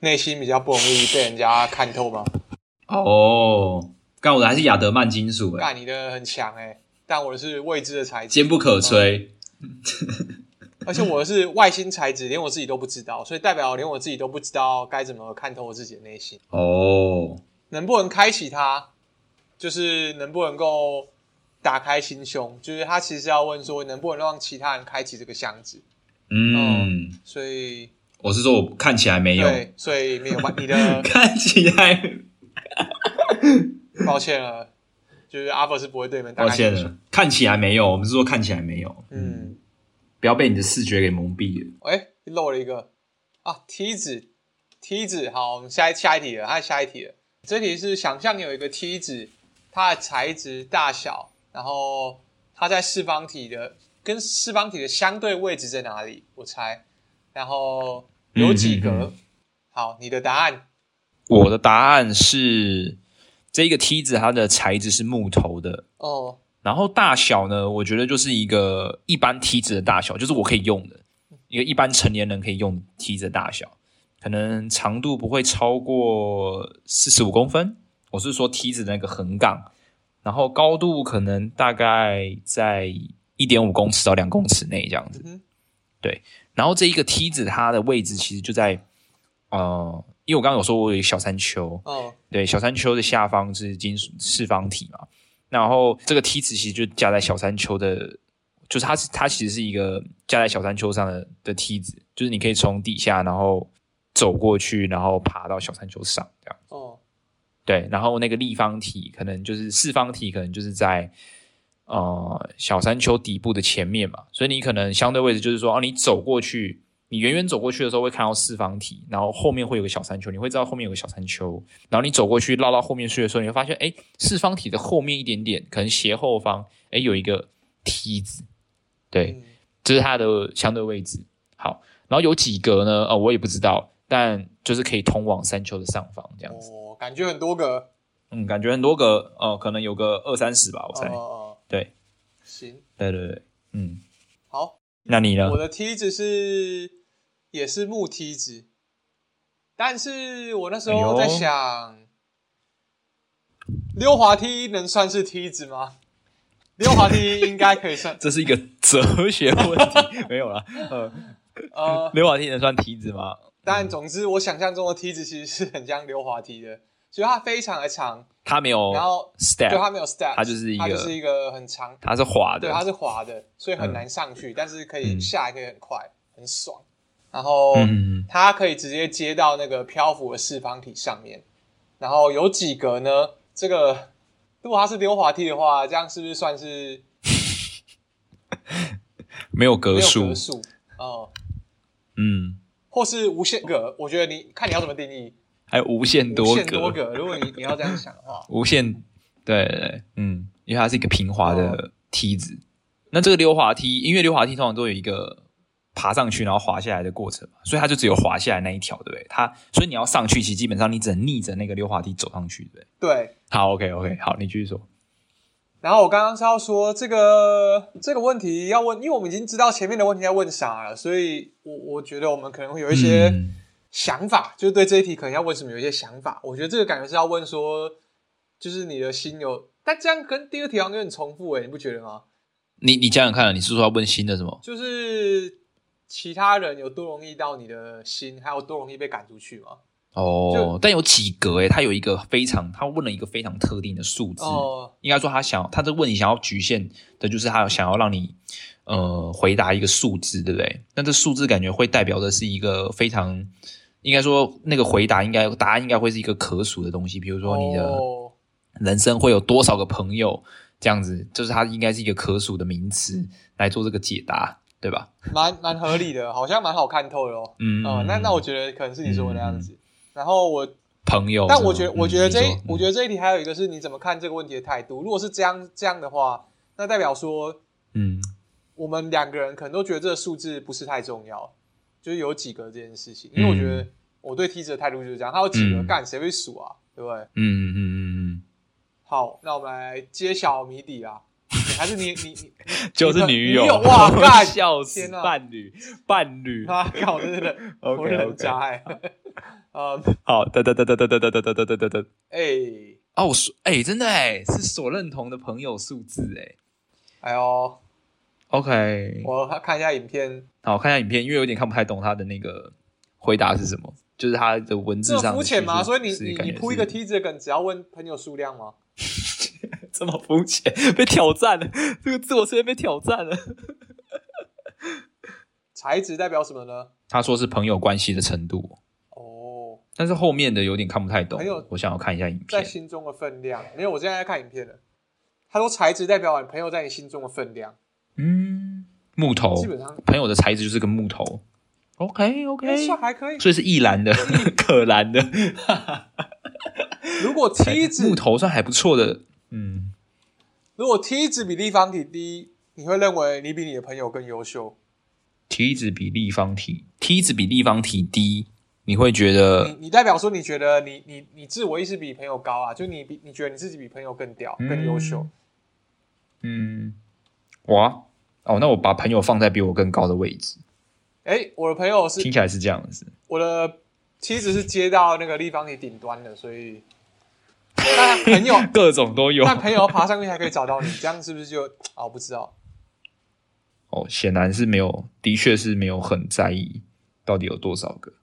S2: 内心比较不容易被人家看透嘛。
S5: 哦，干我的还是亚德曼金属哎、
S2: 干你的很强哎、但我的是未知的材质，
S5: 坚不可摧。
S2: 而且我的是外星材质，连我自己都不知道，所以代表连我自己都不知道该怎么看透我自己的内心，
S5: 哦，
S2: 能不能开启它，就是能不能够打开心胸，就是他其实要问说能不能让其他人开启这个箱子，
S3: 哦
S5: 嗯，
S2: 所以
S5: 我是说我看起来没有，
S3: (laughs)
S2: 对，所以没有办你的 (coughs)
S5: 看起来
S2: 抱歉了，就是阿伯是不会对你们打
S5: 抱
S2: 开
S5: 歉
S2: 心胸。
S5: 了，看起来没有，我们是说看起来没有。嗯，
S2: 嗯，
S5: 不要被你的视觉给蒙蔽了。
S2: 哎、漏了一个啊，梯子，梯子，好，我们下一下一题了，还下一题了。这题是想象有一个梯子，它的材质、大小，然后它在四方体的跟四方体的相对位置在哪里？我猜，然后有几格？
S5: 嗯嗯
S2: 好，你的答案
S3: 我的答案是这个梯子它的材质是木头的，
S2: 哦，
S3: 然后大小呢，我觉得就是一个一般梯子的大小，就是我可以用的一个一般成年人可以用的梯子的大小，可能长度不会超过四十五公分，我是说梯子的那个横杠，然后高度可能大概在一点五公尺到两公尺内这样子。
S2: 嗯
S3: 然后这一个梯子它的位置其实就在呃，因为我刚刚有说我有一个小山丘，
S2: 哼，哦，
S3: 对，小山丘的下方是金属四方体嘛，然后这个梯子其实就架在小山丘的，就是它是它其实是一个架在小山丘上的的梯子，就是你可以从底下然后走过去，然后爬到小山丘上这样。
S2: 哦，
S3: 对，然后那个立方体可能就是四方体，可能就是在呃小山丘底部的前面嘛，所以你可能相对位置就是说，哦，你走过去，你远远走过去的时候会看到四方体，然后后面会有个小山丘，你会知道后面有个小山丘，然后你走过去绕到后面去的时候，你会发现，哎，四方体的后面一点点，可能斜后方，哎，有一个梯子，
S2: 嗯，
S3: 对，这是它的相对位置。好，然后有几格呢？呃，我也不知道，但就是可以通往山丘的上方这样子。
S2: 哦，感觉很多个，
S3: 嗯，感觉很多个，哦，可能有个二三十吧，我
S2: 哦
S3: 猜。
S2: 哦，哦
S3: 对，
S2: 行，
S3: 对对对，嗯，
S2: 好，
S3: 那你呢，
S2: 我？的梯子是也是木梯子，但是我那时候在想，溜滑梯能算是梯子吗？溜滑梯应该可以算 (laughs)
S3: 这是一个哲学问题， (laughs) 没有啦。呃，
S2: 呃，
S3: 溜滑梯能算梯子吗？
S2: 但总之我想象中的梯子其实是很像溜滑梯的，所以它非常的长，
S3: 它没有，
S2: 然后对它
S3: step，
S2: 没有 step，
S3: 哦它就是一个
S2: 它就是一个很长，
S3: 它是滑的，
S2: 对，它是滑的，所以很
S3: 嗯
S2: 难上去，但是可以
S3: 嗯
S2: 下来可以很快，很爽。然后，
S5: 嗯，
S2: 它可以直接接到那个漂浮的四方体上面。然后有几格呢？这个如果它是溜滑梯的话，这样是不是算是
S3: 没有格
S2: 没有
S3: 数，
S2: 格数？哦、
S3: 嗯，
S2: 或是无限格？我觉得你看你要怎么定义
S3: 还有无限
S2: 无
S3: 多
S2: 限
S3: 格，
S2: 多格。如果你你要这样想的
S3: (laughs)
S2: 话，
S3: 无限，对对对，嗯，哦因为它是一个平滑的梯子。那这个溜滑梯，因为溜滑梯通常都有一个爬上去然后滑下来的过程嘛，所以它就只有滑下来那一条，对不对？它所以你要上去，其实基本上你只能逆着那个溜滑梯走上去，对不对？
S2: 对，
S3: 好，OK OK，好，你继续说。
S2: 然后我刚刚是要说这个这个问题要问，因为我们已经知道前面的问题在问啥了，所以我我觉得我们可能会有一些
S3: 嗯
S2: 想法，就是对这一题可能要问什么有一些想法。我觉得这个感觉是要问说，就是你的心有，但这样跟第二题好像有点重复欸诶、你不觉得吗？
S3: 你你想想看，你是说要问新的什么？
S2: 就是其他人有多容易到你的心，还有多容易被赶出去吗？就
S3: 哦，但有几格诶、他有一个非常，他问了一个非常特定的数字。
S2: 哦，
S3: 应该说他想，他这问你想要局限的，就是他想要让你呃回答一个数字，对不对？那这数字感觉会代表的是一个非常，应该说那个回答应该答案应该会是一个可数的东西，比如说你的
S2: 哦
S3: 人生会有多少个朋友这样子，就是它应该是一个可数的名词来做这个解答，对吧？
S2: 蛮蛮合理的，好像蛮好看透的哦。
S3: 嗯，
S2: 哦、那那我觉得可能是你说的那样子。然后我，
S3: 朋哦友是吗，嗯
S2: 但我觉得，我觉得这一，我觉
S3: 得
S2: 得这一题还有一个是你怎么看这个问题的态度。如果是这样这样的话，那代表说
S3: 嗯，
S2: 我们两个人可能都觉得这个数字不是太重要，就是有几个这件事情。因为我觉得我对梯子的态度就是这样，他有几个
S3: 嗯
S2: 干谁会数啊？对不对？
S3: 嗯嗯嗯嗯
S2: 好，那我们来揭晓谜底啊！你还是你你你
S6: 嗯，就是女友
S2: 女友
S3: (laughs)
S2: 哇干
S6: 笑死，
S2: 天哪，
S6: 伴侣伴侣
S2: 啊，靠，真的
S3: (laughs)
S2: 是
S6: OK，
S2: 我是很
S6: OK
S2: 渣哎。 (laughs) 嗯，
S6: 好，哒哒哒哒哒哒哒哒哒哒哒哒，
S2: 哎，
S3: 哦，我说，哎、真的哎、是所认同的朋友数字哎、
S2: 哎呦，
S3: OK，
S2: 我看一下影片，
S3: 好，我看一下影片，因为有点看不太懂他的那个回答是什么，就是他的文字
S2: 这
S3: 上
S2: 么
S3: 的
S2: 肤浅吗？
S3: 叙述
S2: 所以你
S3: 是
S2: 你
S3: 感
S2: 你
S3: 觉
S2: 铺一
S3: 是
S2: 个梯子的梗，只要问朋友数量吗？
S6: 这么肤浅，被挑战了，这个自我实验被挑战了。
S2: 材质代表什么呢？
S3: 他说是朋友关系的程度，
S2: 哦，
S3: 但是后面的有点看不太懂
S2: 朋友，
S3: 我想要看一下影
S2: 在
S3: 片。
S2: 心中的分量。没有，我现在在看影片了。他说材质代表你朋友在你心中的分量，
S3: 嗯，木头
S2: 基，本上
S3: 朋友的材质就是个木头。OK
S2: 哎
S3: OK，
S2: 算还可以。
S3: 所以是易燃的， (laughs) 可燃的
S2: 如果梯子
S3: 哎木头算还不错的。嗯，
S2: 如果梯子比立方体低，你会认为你比你的朋友更优秀。
S3: 梯子比立方体，梯子比立方体低，你会觉
S2: 你
S3: 得
S2: 你代表说你觉得你你你自我意识比朋友高啊，就你比你觉得你自己比朋友更屌、更优秀。
S3: 嗯，哇哦，那我把朋友放在比我更高的位置，
S2: 哎，我的朋友是
S3: 听起来是这样子。
S2: 我的妻子是接到那个立方体顶端的，所以但朋
S3: (laughs)
S2: 友
S3: 各种都有
S2: 但朋友爬上去才可以找到你，这样是不是就啊？我不知道，
S3: 哦，显然是没有，的确是没有很在意到底有多少个。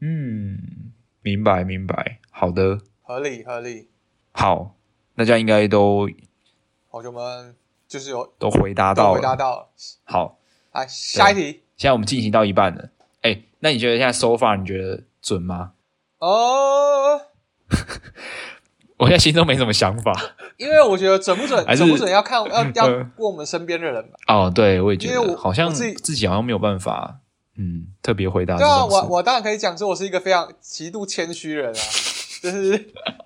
S3: 嗯，明白明白，好的
S2: 合理合理。
S3: 好，大家应该都
S2: 好，我们就是有
S3: 都回答
S2: 都
S3: 到
S2: 回答
S3: 了。
S2: 到了，
S3: 好，
S2: 来下一题
S3: 现在我们进行到一半了。哎，那你觉得现在 so far 你觉得准吗？
S2: 哦。
S3: 我现在心中没什么想法。
S2: 因为我觉得准不准
S3: 还，是
S2: 准不准要看
S3: (laughs)
S2: 要要
S3: 嗯
S2: 问我们身边的人吧。
S3: 哦，对，我也觉
S2: 因为
S3: 得
S2: 我
S3: 好像
S2: 我自己
S3: 自己好像没有办法，嗯，特别回答这
S2: 对啊，
S3: 种
S2: 我
S3: 事。
S2: 我当然可以讲说我是一个非常极度谦虚的人啊，就是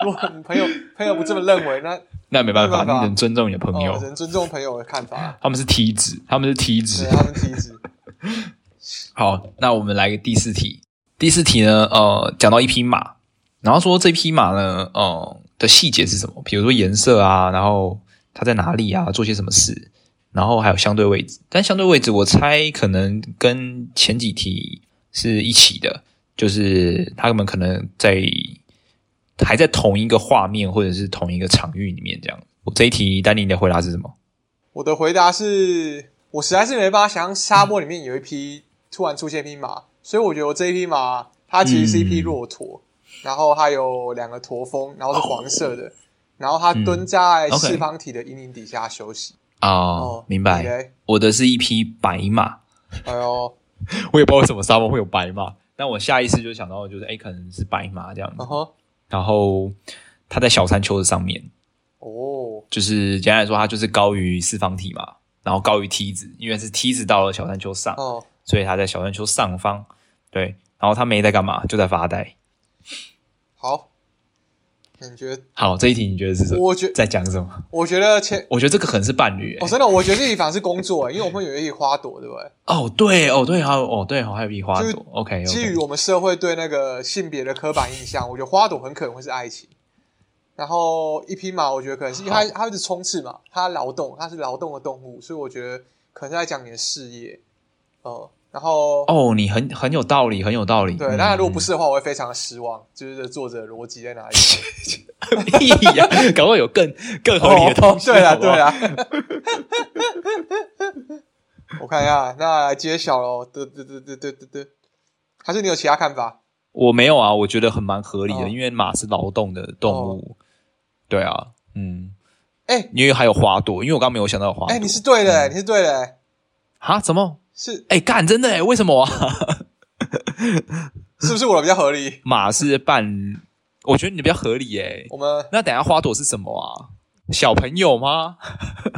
S2: 如果你朋友朋友不这么认为，那
S3: 那没办
S2: 没
S3: 法，
S2: 办法
S3: 你得尊重你的朋友
S2: 哦，，人尊重朋友的看法，
S3: 他们是梯子，他们是梯子
S2: 对。啊他们体质。
S3: 好，那我们来个第四题。第四题呢，呃，讲到一匹马，然后说这匹马呢，呃，的细节是什么？比如说颜色啊，然后它在哪里啊，做些什么事，然后还有相对位置。但相对位置，我猜可能跟前几题是一起的，就是他们可能在还在同一个画面或者是同一个场域里面这样。我这一题，丹尼你的回答是什么？
S2: 我的回答是，我实在是没办法想象沙漠里面有一匹突然出现一匹马，所以我觉得我这一匹马它其实是一
S3: 嗯
S2: 匹骆驼，然后它有两个驼峰，然后是黄色的，然后它蹲在
S3: 哦嗯，OK
S2: 四方体的阴影底下休息。
S3: 哦，明
S2: 你
S3: 白。
S2: 嘞
S3: 我的是一匹白马。
S2: 哎呦，
S3: 我也不知道为什么沙漠会有白马，但我下意识就想到就是，哎、可能是白马这样子
S2: 嗯。哼，
S3: 然后它在小山丘的上面，
S2: 哦，
S3: 就是简单来说，它就是高于四方体嘛，然后高于梯子，因为是梯子到了小山丘上，
S2: 哦，
S3: 所以它在小山丘上方。对，然后它没在干嘛，就在发呆。
S2: 好，那你觉得？
S3: 好，这一题你觉得是什么？
S2: 我觉
S3: 在讲什么？
S2: 我觉得前，
S3: 我觉得这个可能是伴侣、
S2: 我、
S3: 欸
S2: 哦、。真的，我觉得这一反而是工作、欸因为我们有一批花朵，对不对？
S3: 哦，对，哦，对，还有，哦，对，还有一花
S2: 就是
S3: 朵。OK，, o
S2: 基于
S3: k
S2: 我们社会对那个性别的刻板印象，我觉得花朵很可能会是爱情。然后一匹马，我觉得可能是因为它它一直冲刺嘛，它劳动，它是劳动的动物，所以我觉得可能是在讲你的事业，呃，然后
S3: 哦，嗯你很很有道理，很有道理。
S2: 对，当然
S3: (laughs)
S2: 如果不是的话，我会非常的失望，就是这作者的逻辑在哪里？
S3: 屁哎呀，搞不好有更更合理的东西。
S2: 对
S3: 啊，
S2: 啊，对啊。 (laughs) 我看一下，那来揭晓喽！对对对对对对对，还是你有其他看法？
S3: 我没有啊，我觉得很蛮合理的，
S2: 哦
S3: 因为马是劳动的动物。对啊，嗯，
S2: 哎
S3: 因为还有花朵，因为我刚刚没有想到花朵。
S2: 哎，你是对的，你是对的，
S3: 啊？怎么？
S2: 是
S3: 哎，干，真的哎？为什么啊？ (laughs)
S2: 是不是我的比较合理？
S3: 马是伴，我觉得你比较合理哎。
S2: 我们
S3: 那等一下花朵是什么啊？小朋友吗？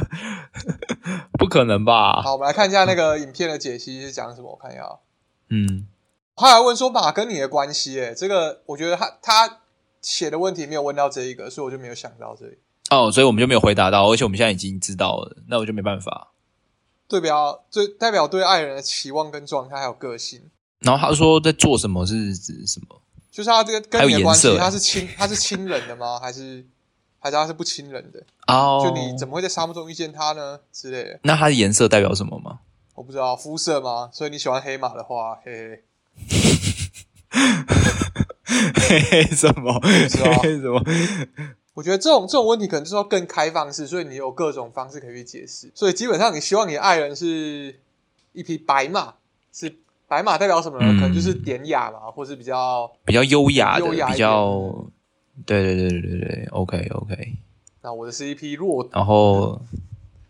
S3: (laughs) 不可能吧？
S2: 好，我们来看一下那个影片的解析是讲什么？我看一下啊，
S3: 嗯，
S2: 他还问说马跟你的关系，哎，这个我觉得他他写的问题没有问到这一个，所以我就没有想到这里。
S3: 哦，所以我们就没有回答到，而且我们现在已经知道了，那我就没办法。
S2: 对表对代表对爱人的期望跟状态还有个性，
S3: 然后他说在做什么是指什么？
S2: 就是他这个跟
S3: 还有
S2: 你的
S3: 颜
S2: 关系，
S3: 色
S2: 他是亲他是亲人的 (laughs) 吗？还是还是他是不亲人的？
S3: 哦，
S2: 就你怎么会在沙漠中遇见他呢？之类的，
S3: 那它的颜色代表什么吗？
S2: 我不知道肤色吗？所以你喜欢黑马的话，嘿嘿，
S3: 嘿嘿， (laughs) 什么？
S2: 知道啊
S3: 嘿嘿， (laughs) 什么？
S2: 我觉得这种这种问题可能就是要更开放式，所以你有各种方式可以去解释。所以基本上你希望你的爱人是一匹白马，是白马代表什么呢？
S3: 嗯
S2: 可能就是典雅嘛，或是比较……
S3: 比较优雅的，
S2: 优雅一点
S3: 比较……对对对对对对，OK OK。
S2: 那我的是一匹骆，
S3: 然后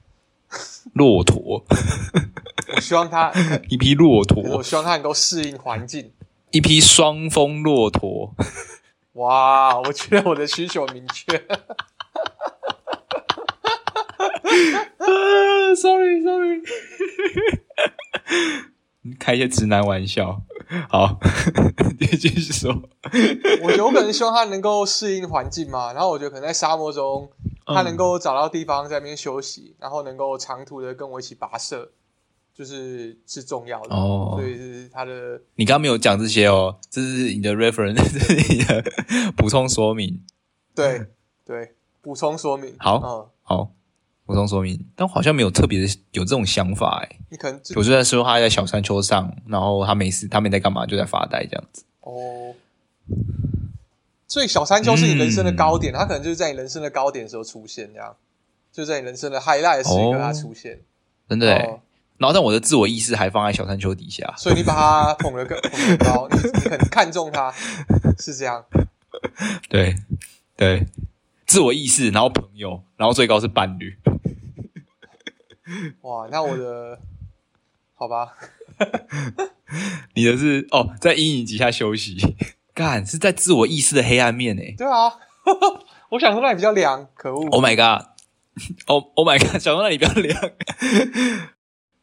S3: (laughs) 骆驼，
S2: 我希望它，可
S3: 一匹骆
S2: 是我
S3: 驼，
S2: 希望它能够适应环境。
S3: 一匹双峰骆驼。
S2: 哇，哦我觉得我的需求明确。 (laughs)
S3: 啊，sorry sorry，开一些直男玩笑。好， (laughs) 你继续说。
S2: 我觉得我可能希望它能够适应环境嘛，然后我觉得可能在沙漠中，它
S3: 嗯
S2: 能够找到地方在那边休息，然后能够长途的跟我一起跋涉，就是是重要的。
S3: 哦
S2: 所以是它的
S3: 你刚刚没有讲这些哦，这是你的 reference，这 (laughs) 是你的补充说明。
S2: 对对补充说明。
S3: 好
S2: 嗯，
S3: 好，补充说明，但我好像没有特别的有这种想法哎。
S2: 你可能就
S3: 我就在说他在小山丘上，然后他没事，他没在干嘛，就在发呆这样子。
S2: 哦。所以小山丘是你人生的高
S3: 嗯
S2: 点，它可能就是在你人生的高点的时候出现，这样就在你人生的 highlight 的时刻
S3: 哦
S2: 它出现。
S3: 真的、欸
S2: 哦
S3: 然后但我的自我意识还放在小山丘底下，
S2: 所以你把它捧得更捧得高，你你很看重它，是这样。
S3: 对对，自我意识，然后朋友，然后最高是伴侣。
S2: 哇，那我的好吧，
S3: 你的是哦，在阴影底下休息，干是在自我意识的黑暗面哎、
S2: 对啊， (laughs) 我想说那里比较凉，可恶。
S3: Oh my god！哦 Oh my god！小东，那你不要凉。 (laughs)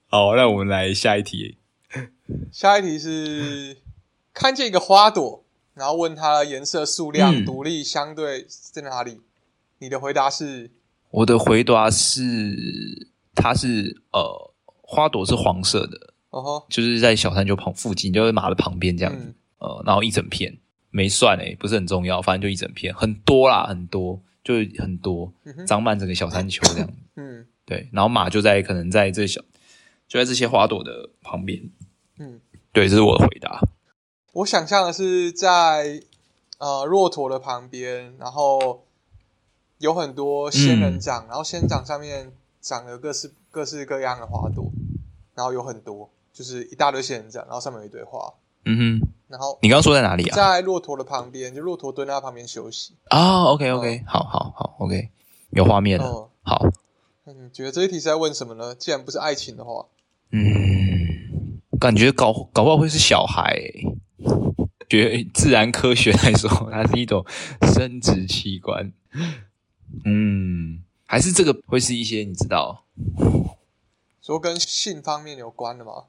S3: 好，那我们来下一题。
S2: 下一题是看见一个花朵，然后问它的颜色、数量、
S3: 嗯
S2: 独立相对在哪里？你的回答是
S3: 我的回答是，它是呃，花朵是黄色的，
S2: 哦吼，
S3: 就是在小山丘旁附近，就是马的旁边这样子。
S2: 嗯，
S3: 呃，然后一整片没算诶、不是很重要，反正就一整片，很多啦，很多，就是很多
S2: 嗯哼，
S3: 长满整个小山丘这样。
S2: 嗯
S3: 对，然后马就在可能在这小，就在这些花朵的旁边。
S2: 嗯，
S3: 对，这是我的回答。
S2: 我想象的是在呃骆驼的旁边，然后有很多仙人掌，然后仙人掌上面长了各式各式各样的花朵，然后有很多，就是一大堆仙人掌，然后上面有一堆花，
S3: 嗯哼，
S2: 然后
S3: 你刚刚说在哪里啊？
S2: 在骆驼的旁边，就骆驼蹲在它旁边休息。
S3: 啊、o k OK，、好好好，OK，有画面了。
S2: 哦，
S3: 好，
S2: 那你觉得这一题是在问什么呢？既然不是爱情的话，
S3: 嗯，感觉搞搞不好会是小孩欸、觉自然科学来说，它是一种生殖器官。嗯，还是这个会是一些你知道？
S2: 说跟性方面有关的吗？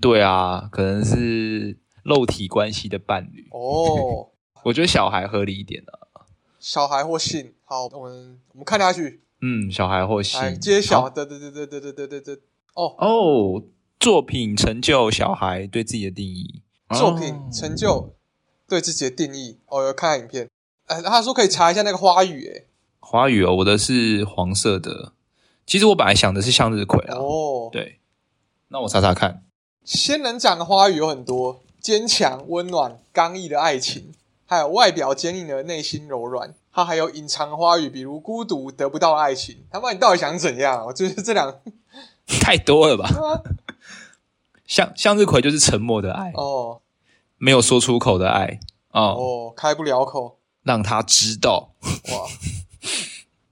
S3: 对啊，可能是肉体关系的伴侣。 (laughs)
S2: 哦，
S3: 我觉得小孩合理一点啊。
S2: 小孩或性。好，我们我们看下去，
S3: 嗯，小孩或性
S2: 来揭
S3: 好
S2: 晓。对对对对对对对对对。哦，
S3: 哦，作品成就小孩对自己的定义。
S2: 作品
S3: 哦
S2: 成就对自己的定义。哦，有看影片。呃，他说可以查一下那个花语、欸，
S3: 花语哦，我的是黄色的。其实我本来想的是向日葵
S2: 哎，
S3: 啊，
S2: 哦，
S3: 对。那我查查看，
S2: 仙人掌的花语有很多，坚强、温暖、刚毅的爱情，还有外表坚硬的内心柔软。它还有隐藏的花语，比如孤独、得不到爱情。他妈，你到底想怎样啊？我就是这两 (laughs)
S3: 太多了吧？ (laughs) 向向日葵就是沉默的爱，
S2: 嗯哦
S3: 没有说出口的爱哦，
S2: 哦，开不了口哦
S3: 让他知道。
S2: 哇！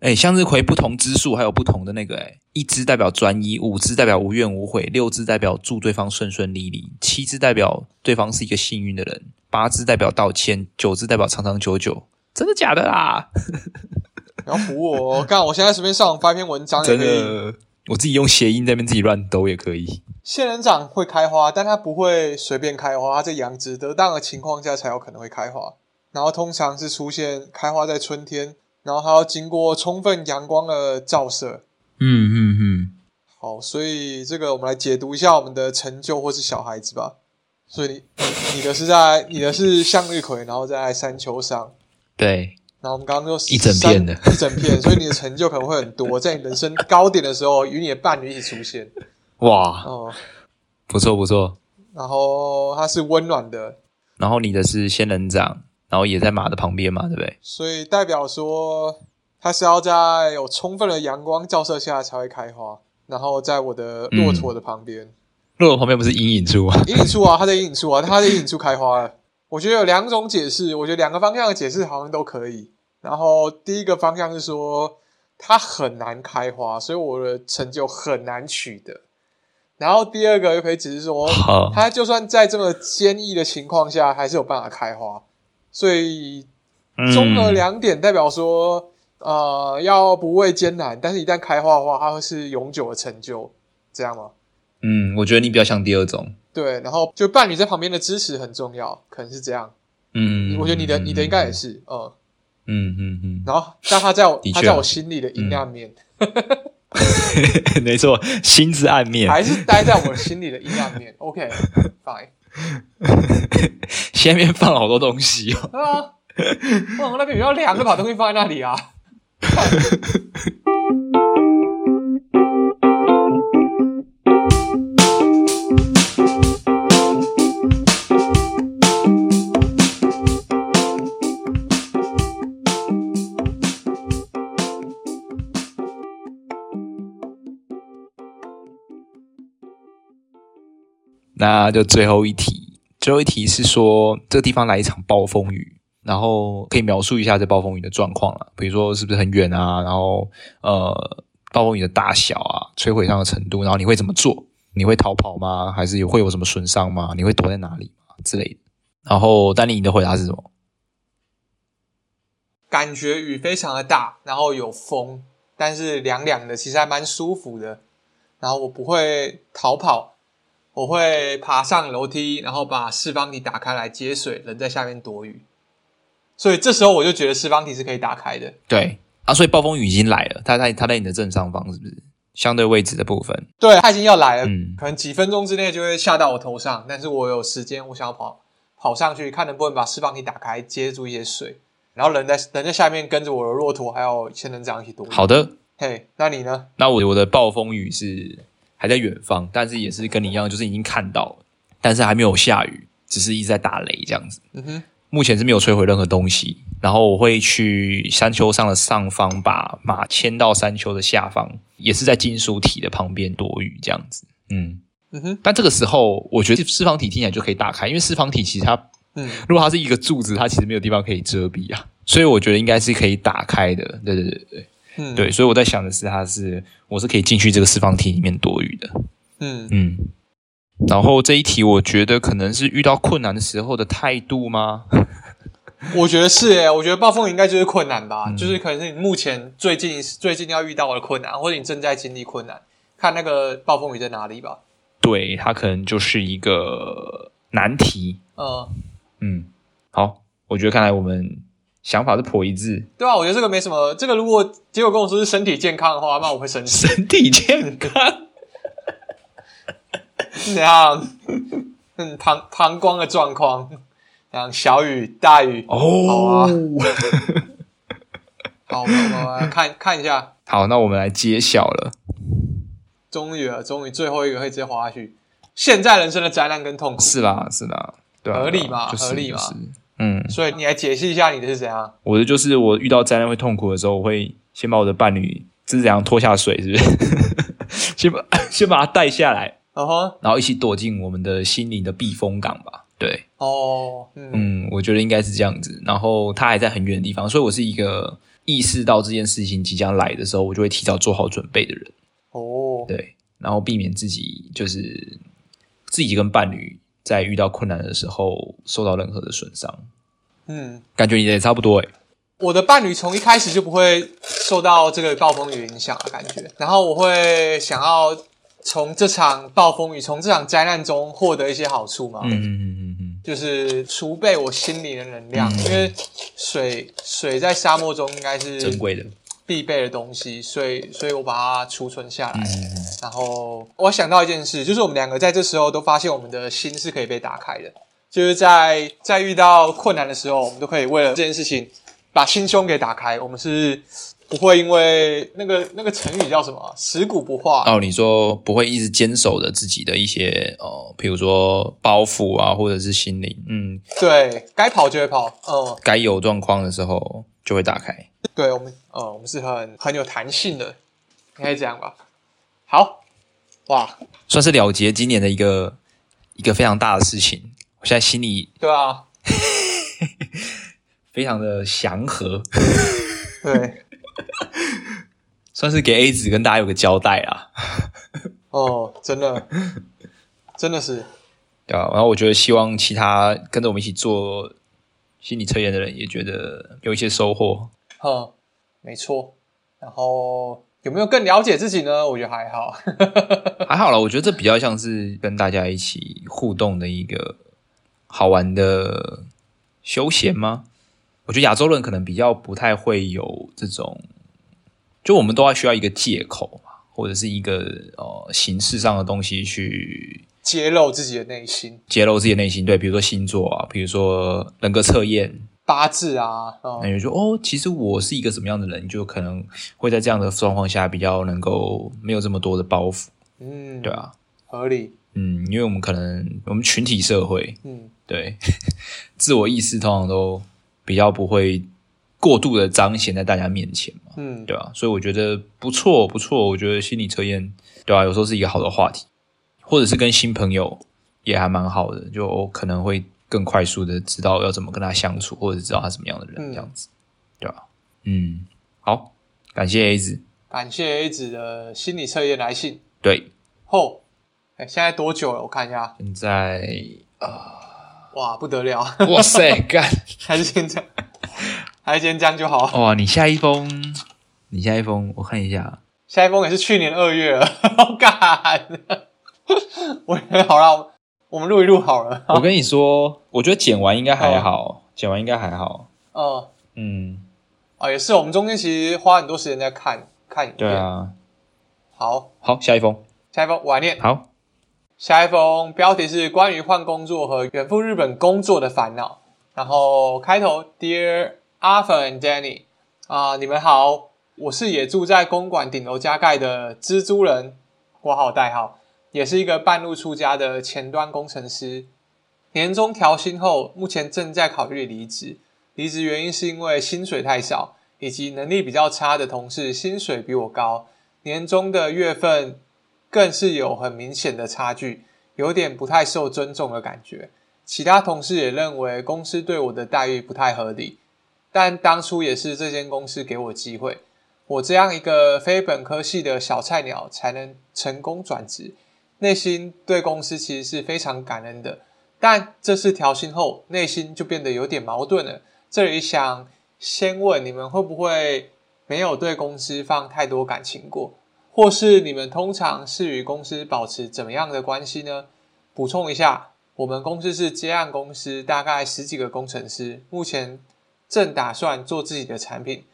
S3: 哎，向日葵不同支数还有不同的那个哎，一支代表专一，五支代表无怨无悔，六支代表祝对方顺顺利利，七支代表对方是一个幸运的人，八支代表道歉，九支代表长长久久。真的假的啦？
S2: 你要唬我、哦，干！我现在随便上网发一篇文章也
S3: 真
S2: 可以。
S3: 的，我自己用谐音在那边自己乱抖也可以。
S2: 仙人掌会开花，但它不会随便开花，它在养殖得当的情况下才有可能会开花。然后通常是出现开花在春天，然后它要经过充分阳光的照射。
S3: 嗯嗯嗯，
S2: 好，所以这个我们来解读一下我们的成就或是小孩子吧。所以你你的是在你的是向日葵，然后在山丘上，
S3: 对，
S2: 然后我们刚刚就
S3: 一整片的
S2: 一整片，所以你的成就可能会很多，在你人生高点的时候与你的伴侣一起出现
S3: 哇，
S2: 哦。
S3: 不错不错。
S2: 然后它是温暖的，
S3: 然后你的是仙人掌，然后也在马的旁边嘛，对不对？
S2: 所以代表说，它是要在有充分的阳光照射下才会开花。然后在我的
S3: 嗯
S2: 骆驼的旁边，
S3: 骆驼旁边不是阴影处吗？
S2: 阴影处啊，它在阴影处啊，它在阴影处开花了。我觉得有两种解释，我觉得两个方向的解释好像都可以。然后第一个方向是说，它很难开花，所以我的成就很难取得。然后第二个又可以只是
S3: (laughs)
S2: 说，
S3: 好，
S2: 哦它就算在这么坚毅的情况下，还是有办法开花。所以综合两点代表说，呃，要不畏艰难，但是一旦开花的话，它会是永久的成就，这样吗？
S3: 嗯，我觉得你比较像第二种。
S2: 对，然后就伴侣在旁边的支持很重要，可能是这样。
S3: 嗯，
S2: 我觉得你的你的应该也是，嗯。
S3: 嗯嗯嗯，
S2: 然后，但他在我
S3: 的确嗯
S2: 他在我心里的阴暗面，
S3: (laughs) 没错，心之暗面。
S2: 还是待在我心里的阴暗面。OK，fine、
S3: (laughs) 下面放了好多东西哦。
S2: 啊，哦，那边比较凉，就把东西放在那里啊。
S3: 那就最后一题，最后一题是说这个地方来一场暴风雨，然后可以描述一下这暴风雨的状况了，比如说是不是很远啊，然后呃暴风雨的大小啊，摧毁上的程度，然后你会怎么做？你会逃跑吗？还是有会有什么损伤吗？你会躲在哪里吗之类的？然后丹尼，你的回答是什么？
S2: 感觉雨非常的大，然后有风，但是凉凉的，其实还蛮舒服的。然后我不会逃跑，我会爬上楼梯，然后把四方体打开来接水，人在下面躲雨。所以这时候我就觉得四方体是可以打开的。
S3: 对啊，所以暴风雨已经来了，它在它在你的正上方，是不是？相对位置的部分，
S2: 对，它已经要来了，
S3: 嗯
S2: 可能几分钟之内就会下到我头上，但是我有时间，我想要跑跑上去，看能不能把四方体打开，接住一些水，然后人在人在下面跟着我的骆驼还有仙人掌一起躲雨。
S3: 好的，
S2: 嘿，那你呢？
S3: 那我我的暴风雨是还在远方，但是也是跟你一样，就是已经看到了，但是还没有下雨，只是一直在打雷这样子。
S2: 嗯哼。
S3: 目前是没有摧毁任何东西。然后我会去山丘上的上方，把马牵到山丘的下方，也是在金属体的旁边躲雨这样子。嗯，
S2: 嗯哼，
S3: 但这个时候我觉得四方体听起来就可以打开，因为四方体其实它
S2: 嗯，
S3: 如果它是一个柱子，它其实没有地方可以遮蔽啊，所以我觉得应该是可以打开的。对对对对。
S2: 嗯，
S3: 对，，所以我在想的是，它是我是可以进去这个四方体里面躲雨的。
S2: 嗯，
S3: 嗯，然后这一题我觉得可能是遇到困难的时候的态度吗？ (laughs)
S2: 我觉得是诶，我觉得暴风雨应该就是困难吧，就是可能是你目前最近最近要遇到的困难，或者你正在经历困难，看那个暴风雨在哪里吧。
S3: 对，它可能就是一个难题。
S2: 嗯，
S3: 嗯，好，我觉得看来我们想法是颇一致，
S2: 对啊，我觉得这个没什么，这个如果结果跟我说是身体健康的话，那我会生气。
S3: 身体健康。
S2: (laughs) 怎样？嗯，膀膀胱的状况，像小雨、大雨，好啊
S3: (laughs) 哦，
S2: 好，我们我们看看一下，
S3: 好，那我们来揭晓了。
S2: 终于了，终于最后一个会直接滑下去。现在人生的灾难跟痛苦，
S3: 是啦，是啦，对啊、
S2: 合理
S3: 对啊
S2: 嘛
S3: 就是
S2: 合理嘛
S3: 就是嗯，
S2: 所以你来解析一下你的是怎样？
S3: 我的就是我遇到灾难会痛苦的时候，我会先把我的伴侣这是怎样拖下水，是不是？ (laughs) 先把先把他带下来，
S2: 然后
S3: 然后一起躲进我们的心灵的避风港吧。对，
S2: 哦，嗯，
S3: 嗯，我觉得应该是这样子。然后他还在很远的地方，所以我是一个意识到这件事情即将来的时候，我就会提早做好准备的人。
S2: 哦，
S3: 对，然后避免自己就是自己跟伴侣在遇到困难的时候受到任何的损伤。
S2: 嗯，
S3: 感觉你的也差不多哎、
S2: 我的伴侣从一开始就不会受到这个暴风雨影响的感觉，然后我会想要从这场暴风雨、从这场灾难中获得一些好处嘛，
S3: 嗯嗯嗯嗯嗯，
S2: 就是储备我心里的能量，
S3: 嗯
S2: 因为水水在沙漠中应该是
S3: 珍贵的。嗯
S2: 必备的东西，所以所以我把它储存下来。
S3: 嗯，
S2: 然后我想到一件事，就是我们两个在这时候都发现我们的心是可以被打开的，就是在在遇到困难的时候，我们都可以为了这件事情把心胸给打开。我们是不会因为那个那个成语叫什么啊“食古不化”，
S3: 哦，你说不会一直坚守着自己的一些呃，比如说包袱啊，或者是心灵，嗯，
S2: 对该跑就会跑。嗯，
S3: 该有状况的时候就会打开。
S2: 对我们，呃，我们是很很有弹性的，应该这样吧。好，哇，
S3: 算是了结今年的一个一个非常大的事情，我现在心里
S2: 对啊，
S3: 非常的祥和，
S2: 对，
S3: 算是给 A 子跟大家有个交代啊。
S2: 哦，真的，真的是，
S3: 对啊，然后我觉得希望其他跟着我们一起做心理测验的人也觉得有一些收获。
S2: 嗯，没错。然后有没有更了解自己呢？我觉得还好。 (laughs)
S3: 还好啦，我觉得这比较像是跟大家一起互动的一个好玩的休闲吗？我觉得亚洲人可能比较不太会有这种，就我们都要需要一个借口嘛，或者是一个呃形式上的东西去
S2: 揭露自己的内心、
S3: 揭露自己的内心。对，比如说星座啊，比如说人格测验，
S2: 八字啊，
S3: 那
S2: 嗯，
S3: 你就说哦，其实我是一个什么样的人，就可能会在这样的状况下比较能够没有这么多的包袱，
S2: 嗯
S3: 对，啊，
S2: 合理，
S3: 嗯，因为我们可能我们群体社会，
S2: 嗯，
S3: 对， (laughs) 自我意识通常都比较不会过度的彰显在大家面前嘛，
S2: 嗯，
S3: 对啊，所以我觉得不错不错，我觉得心理测验，对啊，有时候是一个好的话题，或者是跟新朋友也还蛮好的，就、哦可能会更快速的知道要怎么跟他相处，或者知道他什么样的人、
S2: 嗯
S3: 这样子，对啊，嗯，好，感谢 A 子，
S2: 感谢 A 子的心理测验来信
S3: 对，
S2: 后。哎，现在多久了？我看一下，
S3: 现在
S2: 哇，不得了！
S3: 哇塞， (laughs) 干
S2: 还是先这样，还是先这样就好。
S3: 哇，哦你下一封，你下一封，我看一下，
S2: 下一封也是去年二月了，好赶。 (laughs) 我好了，我们录一录好了。 (laughs)
S3: 我跟你说，我觉得剪完应该还好，剪完应该还好，
S2: 嗯，
S3: 嗯，
S2: 啊，也是，我们中间其实花很多时间在看看影片。
S3: 对啊，
S2: 好，
S3: 好，下一封，
S2: 下一封我来念。
S3: 好。
S2: 下一封标题是关于换工作和远赴日本工作的烦恼。然后开头，Dear Arthur and Danny，啊、你们好，我是也住在公馆顶楼加盖的蜘蛛人，括号代号，也是一个半路出家的前端工程师。年终调薪后，目前正在考虑离职。离职原因是因为薪水太少，以及能力比较差的同事薪水比我高，年终的月份更是有很明显的差距，有点不太受尊重的感觉。其他同事也认为公司对我的待遇不太合理，但当初也是这间公司给我机会，我这样一个非本科系的小菜鸟才能成功转职，内心对公司其实是非常感恩的。但这次调薪后，内心就变得有点矛盾了。这里想先问你们会不会没有对公司放太多感情过，或是你们通常是与公司保持怎么样的关系呢？补充一下，我们公司是接案公司，大概十几个工程师，目前正打算做自己的产品，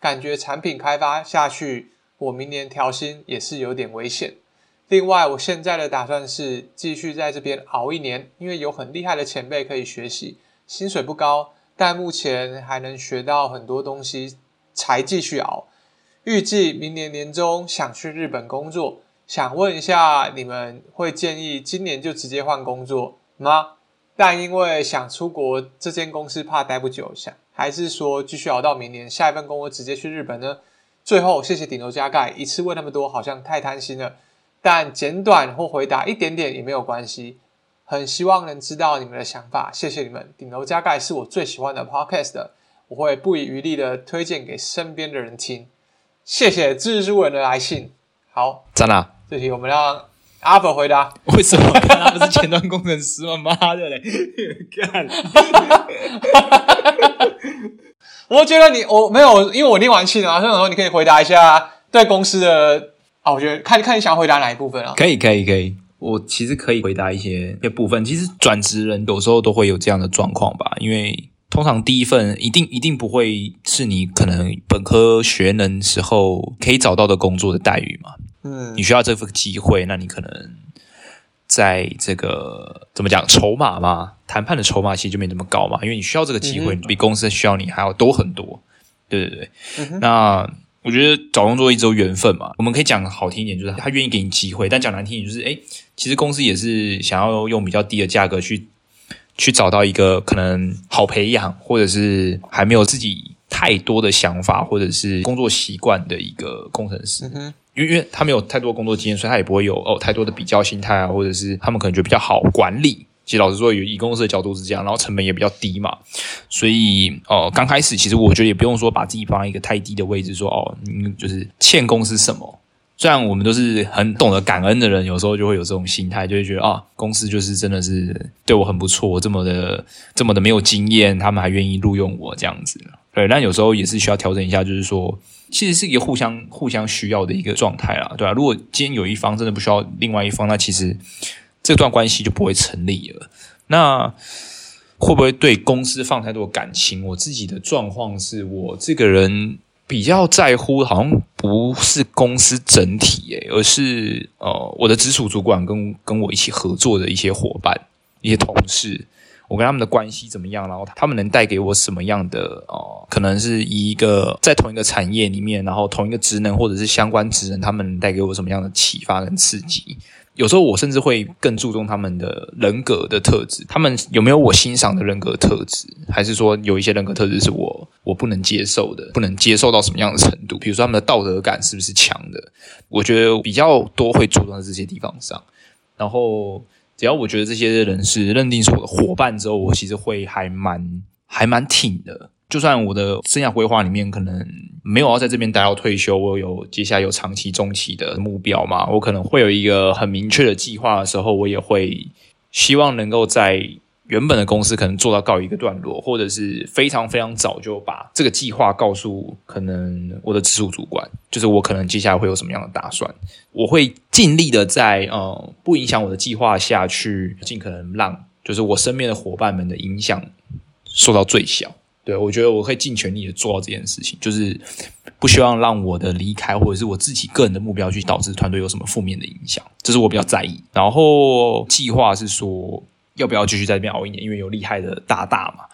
S2: 感觉产品开发下去，我明年调薪也是有点危险。另外，我现在的打算是继续在这边熬一年，因为有很厉害的前辈可以学习，薪水不高，但目前还能学到很多东西，才继续熬。预计明年年中想去日本工作，想问一下你们会建议今年就直接换工作吗？但因为想出国，这间公司怕待不久，想还是说继续熬到明年下一份工作直接去日本呢？最后，谢谢顶楼加盖，一次问那么多好像太贪心了，但简短或回答一点点也没有关系。很希望能知道你们的想法，谢谢你们。顶楼加盖是我最喜欢的 podcast，的我会不遗余力的推荐给身边的人听。谢谢蜘蛛人的来信。好，
S3: 赞啊啦！
S2: 这题我们让阿伯回答。
S3: 为什么他不是前端工程师吗？妈的嘞！干，
S2: 我觉得你我没有，因为我念完信啊，所以我说你可以回答一下对公司的啊，我觉得看看你想回答哪一部分啊。
S3: 可以，可以，可以。我其实可以回答一些一些部分。其实转职人有时候都会有这样的状况吧，因为通常第一份一定一定不会是你可能本科学能时候可以找到的工作的待遇嘛。
S2: 嗯
S3: 你需要这份机会，那你可能在这个怎么讲筹码嘛，谈判的筹码其实就没那么高嘛，因为你需要这个机会，
S2: 嗯
S3: 你比公司需要你还要多很多。对对对，
S2: 嗯哼
S3: 那我觉得找工作一直有缘分嘛，我们可以讲好听一点，就是他愿意给你机会，但讲难听一点，就是哎，其实公司也是想要用比较低的价格去去找到一个可能好培养，或者是还没有自己太多的想法，或者是工作习惯的一个工程师。
S2: 嗯哼，
S3: 因为因为他没有太多工作经验，所以他也不会有哦太多的比较心态啊，或者是他们可能觉得比较好管理。其实老实说，以以公司的角度是这样，然后成本也比较低嘛，所以哦，呃刚开始其实我觉得也不用说把自己放在一个太低的位置，说哦，嗯，就是欠公司什么。虽然我们都是很懂得感恩的人，有时候就会有这种心态，就会觉得啊，公司就是真的是对我很不错，这么的这么的没有经验，他们还愿意录用我这样子。对，但有时候也是需要调整一下，就是说，其实是一个互相互相需要的一个状态啦，对吧、如果今天有一方真的不需要另外一方，那其实这段关系就不会成立了。那会不会对公司放太多感情？我自己的状况是我这个人比较在乎，好像不是公司整体、诶，而是呃我的直属主管跟跟我一起合作的一些伙伴、一些同事，我跟他们的关系怎么样，然后他们能带给我什么样的哦、呃可能是以一个在同一个产业里面，然后同一个职能或者是相关职能，他们能带给我什么样的启发跟刺激？有时候我甚至会更注重他们的人格的特质，他们有没有我欣赏的人格特质，还是说有一些人格特质是我我不能接受的，不能接受到什么样的程度？比如说他们的道德感是不是强的？我觉得比较多会着重在这些地方上。然后只要我觉得这些人是认定是我的伙伴之后，我其实会还蛮还蛮挺的。就算我的生涯规划里面可能没有要在这边待到退休，我有接下来有长期、中期的目标嘛，我可能会有一个很明确的计划的时候，我也会希望能够在原本的公司可能做到告一个段落，或者是非常非常早就把这个计划告诉可能我的直属主管，就是我可能接下来会有什么样的打算。我会尽力的在呃不影响我的计划下去，尽可能让就是我身边的伙伴们的影响受到最小。对我觉得我会尽全力的做到这件事情，就是不希望让我的离开或者是我自己个人的目标去导致团队有什么负面的影响，这是我比较在意。然后计划是说要不要继续在这边熬一年，因为有厉害的大大嘛。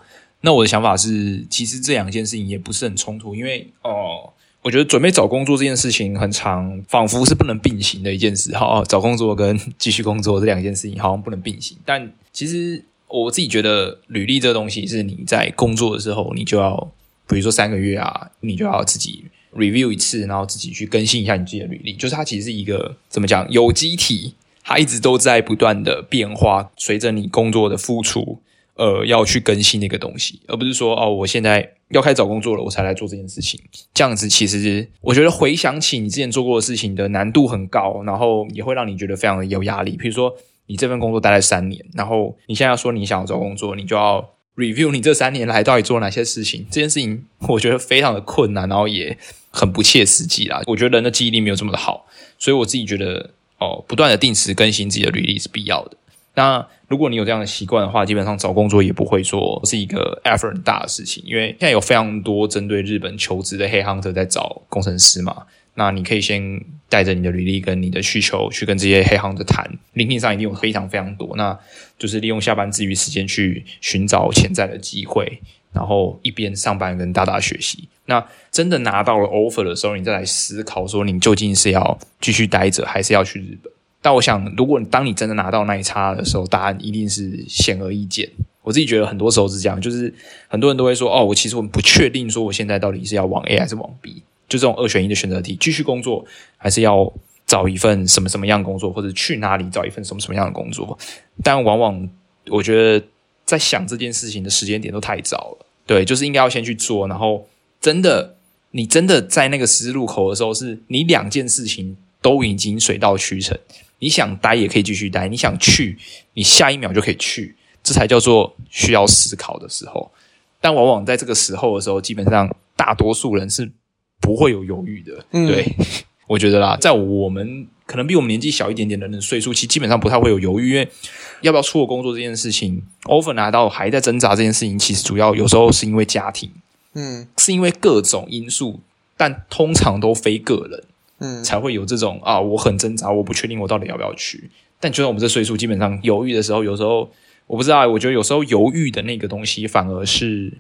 S3: 那我的想法是，其实这两件事情也不是很冲突，因为哦。我觉得准备找工作这件事情很长，仿佛是不能并行的一件事。好，找工作跟继续工作这两件事情好像不能并行，但其实我自己觉得，履历这东西是你在工作的时候，你就要，比如说三个月啊，你就要自己 review 一次，然后自己去更新一下你自己的履历。就是它其实是一个怎么讲，有机体，它一直都在不断的变化，随着你工作的付出，呃要去更新那个东西，而不是说哦，我现在要开始找工作了，我才来做这件事情。这样子其实我觉得回想起你之前做过的事情的难度很高，然后也会让你觉得非常的有压力。比如说你这份工作待了三年，然后你现在要说你想要找工作，你就要 review 你这三年来到底做了哪些事情。这件事情我觉得非常的困难，然后也很不切实际啦。我觉得人的记忆力没有这么的好，所以我自己觉得哦，不断的定时更新自己的履历是必要的。
S7: 那
S3: 如果你有这样的习惯的话，基本上找工作也不会说是一个 effort 很大的事情，因为现在有非常多针对日本求职的黑 hunter 在找工程师嘛。那你可以先带着你的履历跟你的需求去跟这些黑 hunter 谈，LinkedIn 上一定有非常非常多，那就是利用下班之余时间去寻找潜在的机会，然后一边上班跟大大学习。那真的拿到了 offer 的时候，你再来思考说你究竟是要继续待着，还是要去日本。但我想，如果你当你真的拿到那一刹的时候，答案一定是显而易见。我自己觉得很多时候是这样，就是很多人都会说：“哦，我其实我不确定，说我现在到底是要往 A 还是往 B。”就这种二选一的选择题，继续工作还是要找一份什么什么样的工作，或者去哪里找一份什么什么样的工作。但往往我觉得在想这件事情的时间点都太早了。对，就是应该要先去做，然后真的你真的在那个十字路口的时候，是你两件事情都已经水到渠成。你想待也可以继续待，你想去，你下一秒就可以去，这才叫做需要思考的时候。但往往在这个时候的时候，基本上大多数人是不会有犹豫的。
S2: 嗯
S3: 对， (laughs) 我觉得啦，在我们可能比我们年纪小一点点的人的岁数，其实基本上不太会有犹豫，因为要不要出国工作这件事情，offer 拿到还在挣扎这件事情，其实主要有时候是因为家庭，
S2: 嗯
S3: 是因为各种因素，但通常都非个人。
S2: 嗯，
S3: 才会有这种啊，我很挣扎，我不确定我到底要不要去。但就像我们这岁数，基本上犹豫的时候，有时候我不知道欸，我觉得有时候犹豫的那个东西，反而是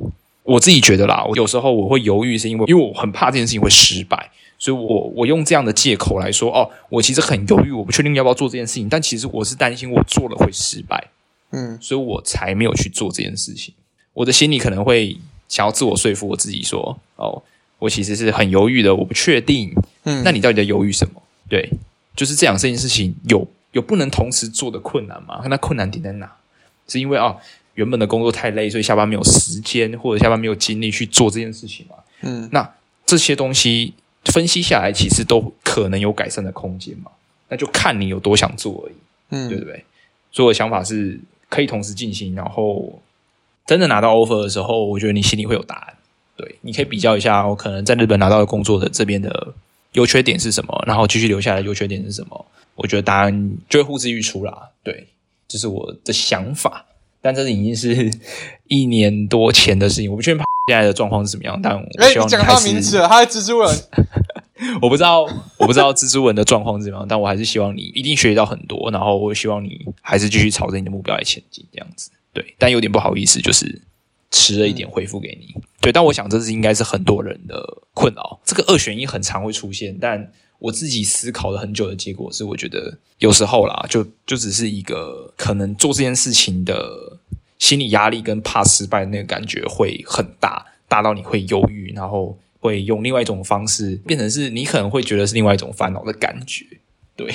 S3: 我自己觉得啦。我有时候我会犹豫，是因为因为我很怕这件事情会失败，所以我我用这样的借口来说，哦，我其实很犹豫，我不确定要不要做这件事情，但其实我是担心我做了会失败，
S2: 嗯
S3: 所以我才没有去做这件事情。我的心里可能会想要自我说服我自己说，哦，我其实是很犹豫的，我不确定，
S2: 嗯，
S3: 那你到底在犹豫什么？对，就是这两件事情有有不能同时做的困难吗？那困难点在哪？是因为啊、哦原本的工作太累，所以下班没有时间，或者下班没有精力去做这件事情嘛？
S2: 嗯
S3: 那这些东西分析下来，其实都可能有改善的空间嘛？那就看你有多想做而已。
S2: 嗯
S3: 对不对？所以我的想法是可以同时进行，然后真的拿到 offer 的时候，我觉得你心里会有答案。对，你可以比较一下，我哦可能在日本拿到的工作的这边的优缺点是什么，然后继续留下来的优缺点是什么，我觉得答案就会呼之欲出啦。对，这是我的想法，但这已经是 (laughs) 一年多前的事情，我不确定现在的状况是怎么样，但我
S2: 哎，
S3: 希
S2: 你
S3: 望
S2: 讲
S3: 还
S2: 他
S3: 是
S2: 名字了，他是蜘蛛人。
S3: 我不知道，我不知道蜘蛛人的状况是怎么样，但我还是希望你一定学习到很多，然后我希望你还是继续朝着你的目标来前进，这样子。对，但有点不好意思，就是迟了一点回复给你。对，但我想这是应该是很多人的困扰，这个二选一很常会出现，但我自己思考了很久的结果是，我觉得有时候啦，就就只是一个可能做这件事情的心理压力跟怕失败的那个感觉会很大，大到你会犹豫，然后会用另外一种方式变成是你可能会觉得是另外一种烦恼的感觉。对， (laughs)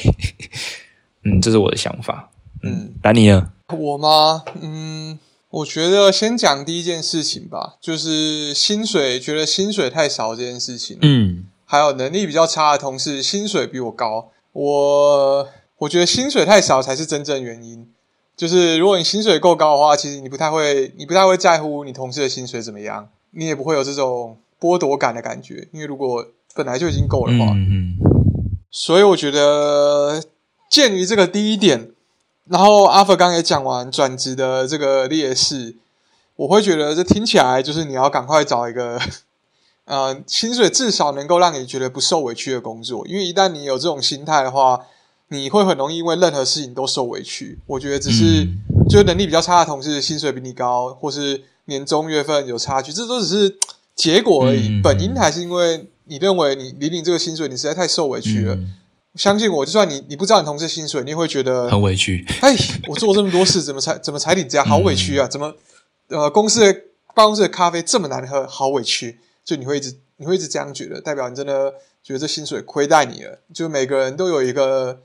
S3: 嗯，这是我的想法。
S2: 嗯，
S3: 丹尼呢？
S2: 我吗？嗯，我觉得先讲第一件事情吧，就是薪水，觉得薪水太少这件事情。
S7: 嗯
S2: 还有能力比较差的同事，薪水比我高。我我觉得薪水太少才是真正原因。就是如果你薪水够高的话，其实你不太会，你不太会在乎你同事的薪水怎么样，你也不会有这种剥夺感的感觉。因为如果本来就已经够了的话，
S7: 嗯嗯，
S2: 所以我觉得鉴于这个第一点，然后阿福刚也讲完转职的这个劣势，我会觉得这听起来就是你要赶快找一个 (laughs) 呃薪水至少能够让你觉得不受委屈的工作，因为一旦你有这种心态的话，你会很容易因为任何事情都受委屈。我觉得只是、
S7: 嗯
S2: 就是能力比较差的同事薪水比你高，或是年终月份有差距，这都只是结果而已。
S7: 嗯
S2: 本因还是因为你认为你你领这个薪水，你实在太受委屈了。
S7: 嗯
S2: 相信我，就算你你不知道你同事薪水，你也会觉得
S7: 很委屈。
S2: 哎，我做这么多事，怎么才怎么才领这样？好委
S7: 嗯
S2: 屈啊！怎么呃，公司的办公室的咖啡这么难喝，好委屈。就你会一直你会一直这样觉得，代表你真的觉得这薪水亏待你了。就每个人都有一个，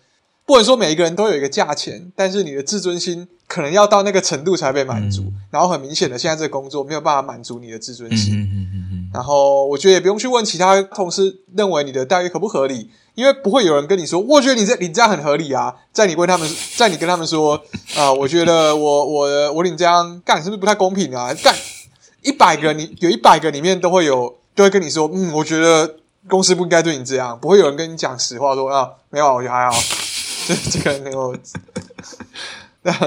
S2: 不能说每一个人都有一个价钱，但是你的自尊心可能要到那个程度才被满足。
S7: 嗯
S2: 然后很明显的，现在这个工作没有办法满足你的自尊
S7: 嗯
S2: 心。
S7: 嗯嗯嗯
S2: 然后我觉得也不用去问其他同事认为你的待遇合不合理，因为不会有人跟你说，我觉得你这你这样很合理啊。在你问他们，在你跟他们说，啊、我觉得我我我领这样干是不是不太公平啊？干一百个你有一百个里面都会有都会跟你说，嗯，我觉得公司不应该对你这样，不会 (laughs) 有人跟你讲实话说啊，没有啊，我觉得还好，这这个能够。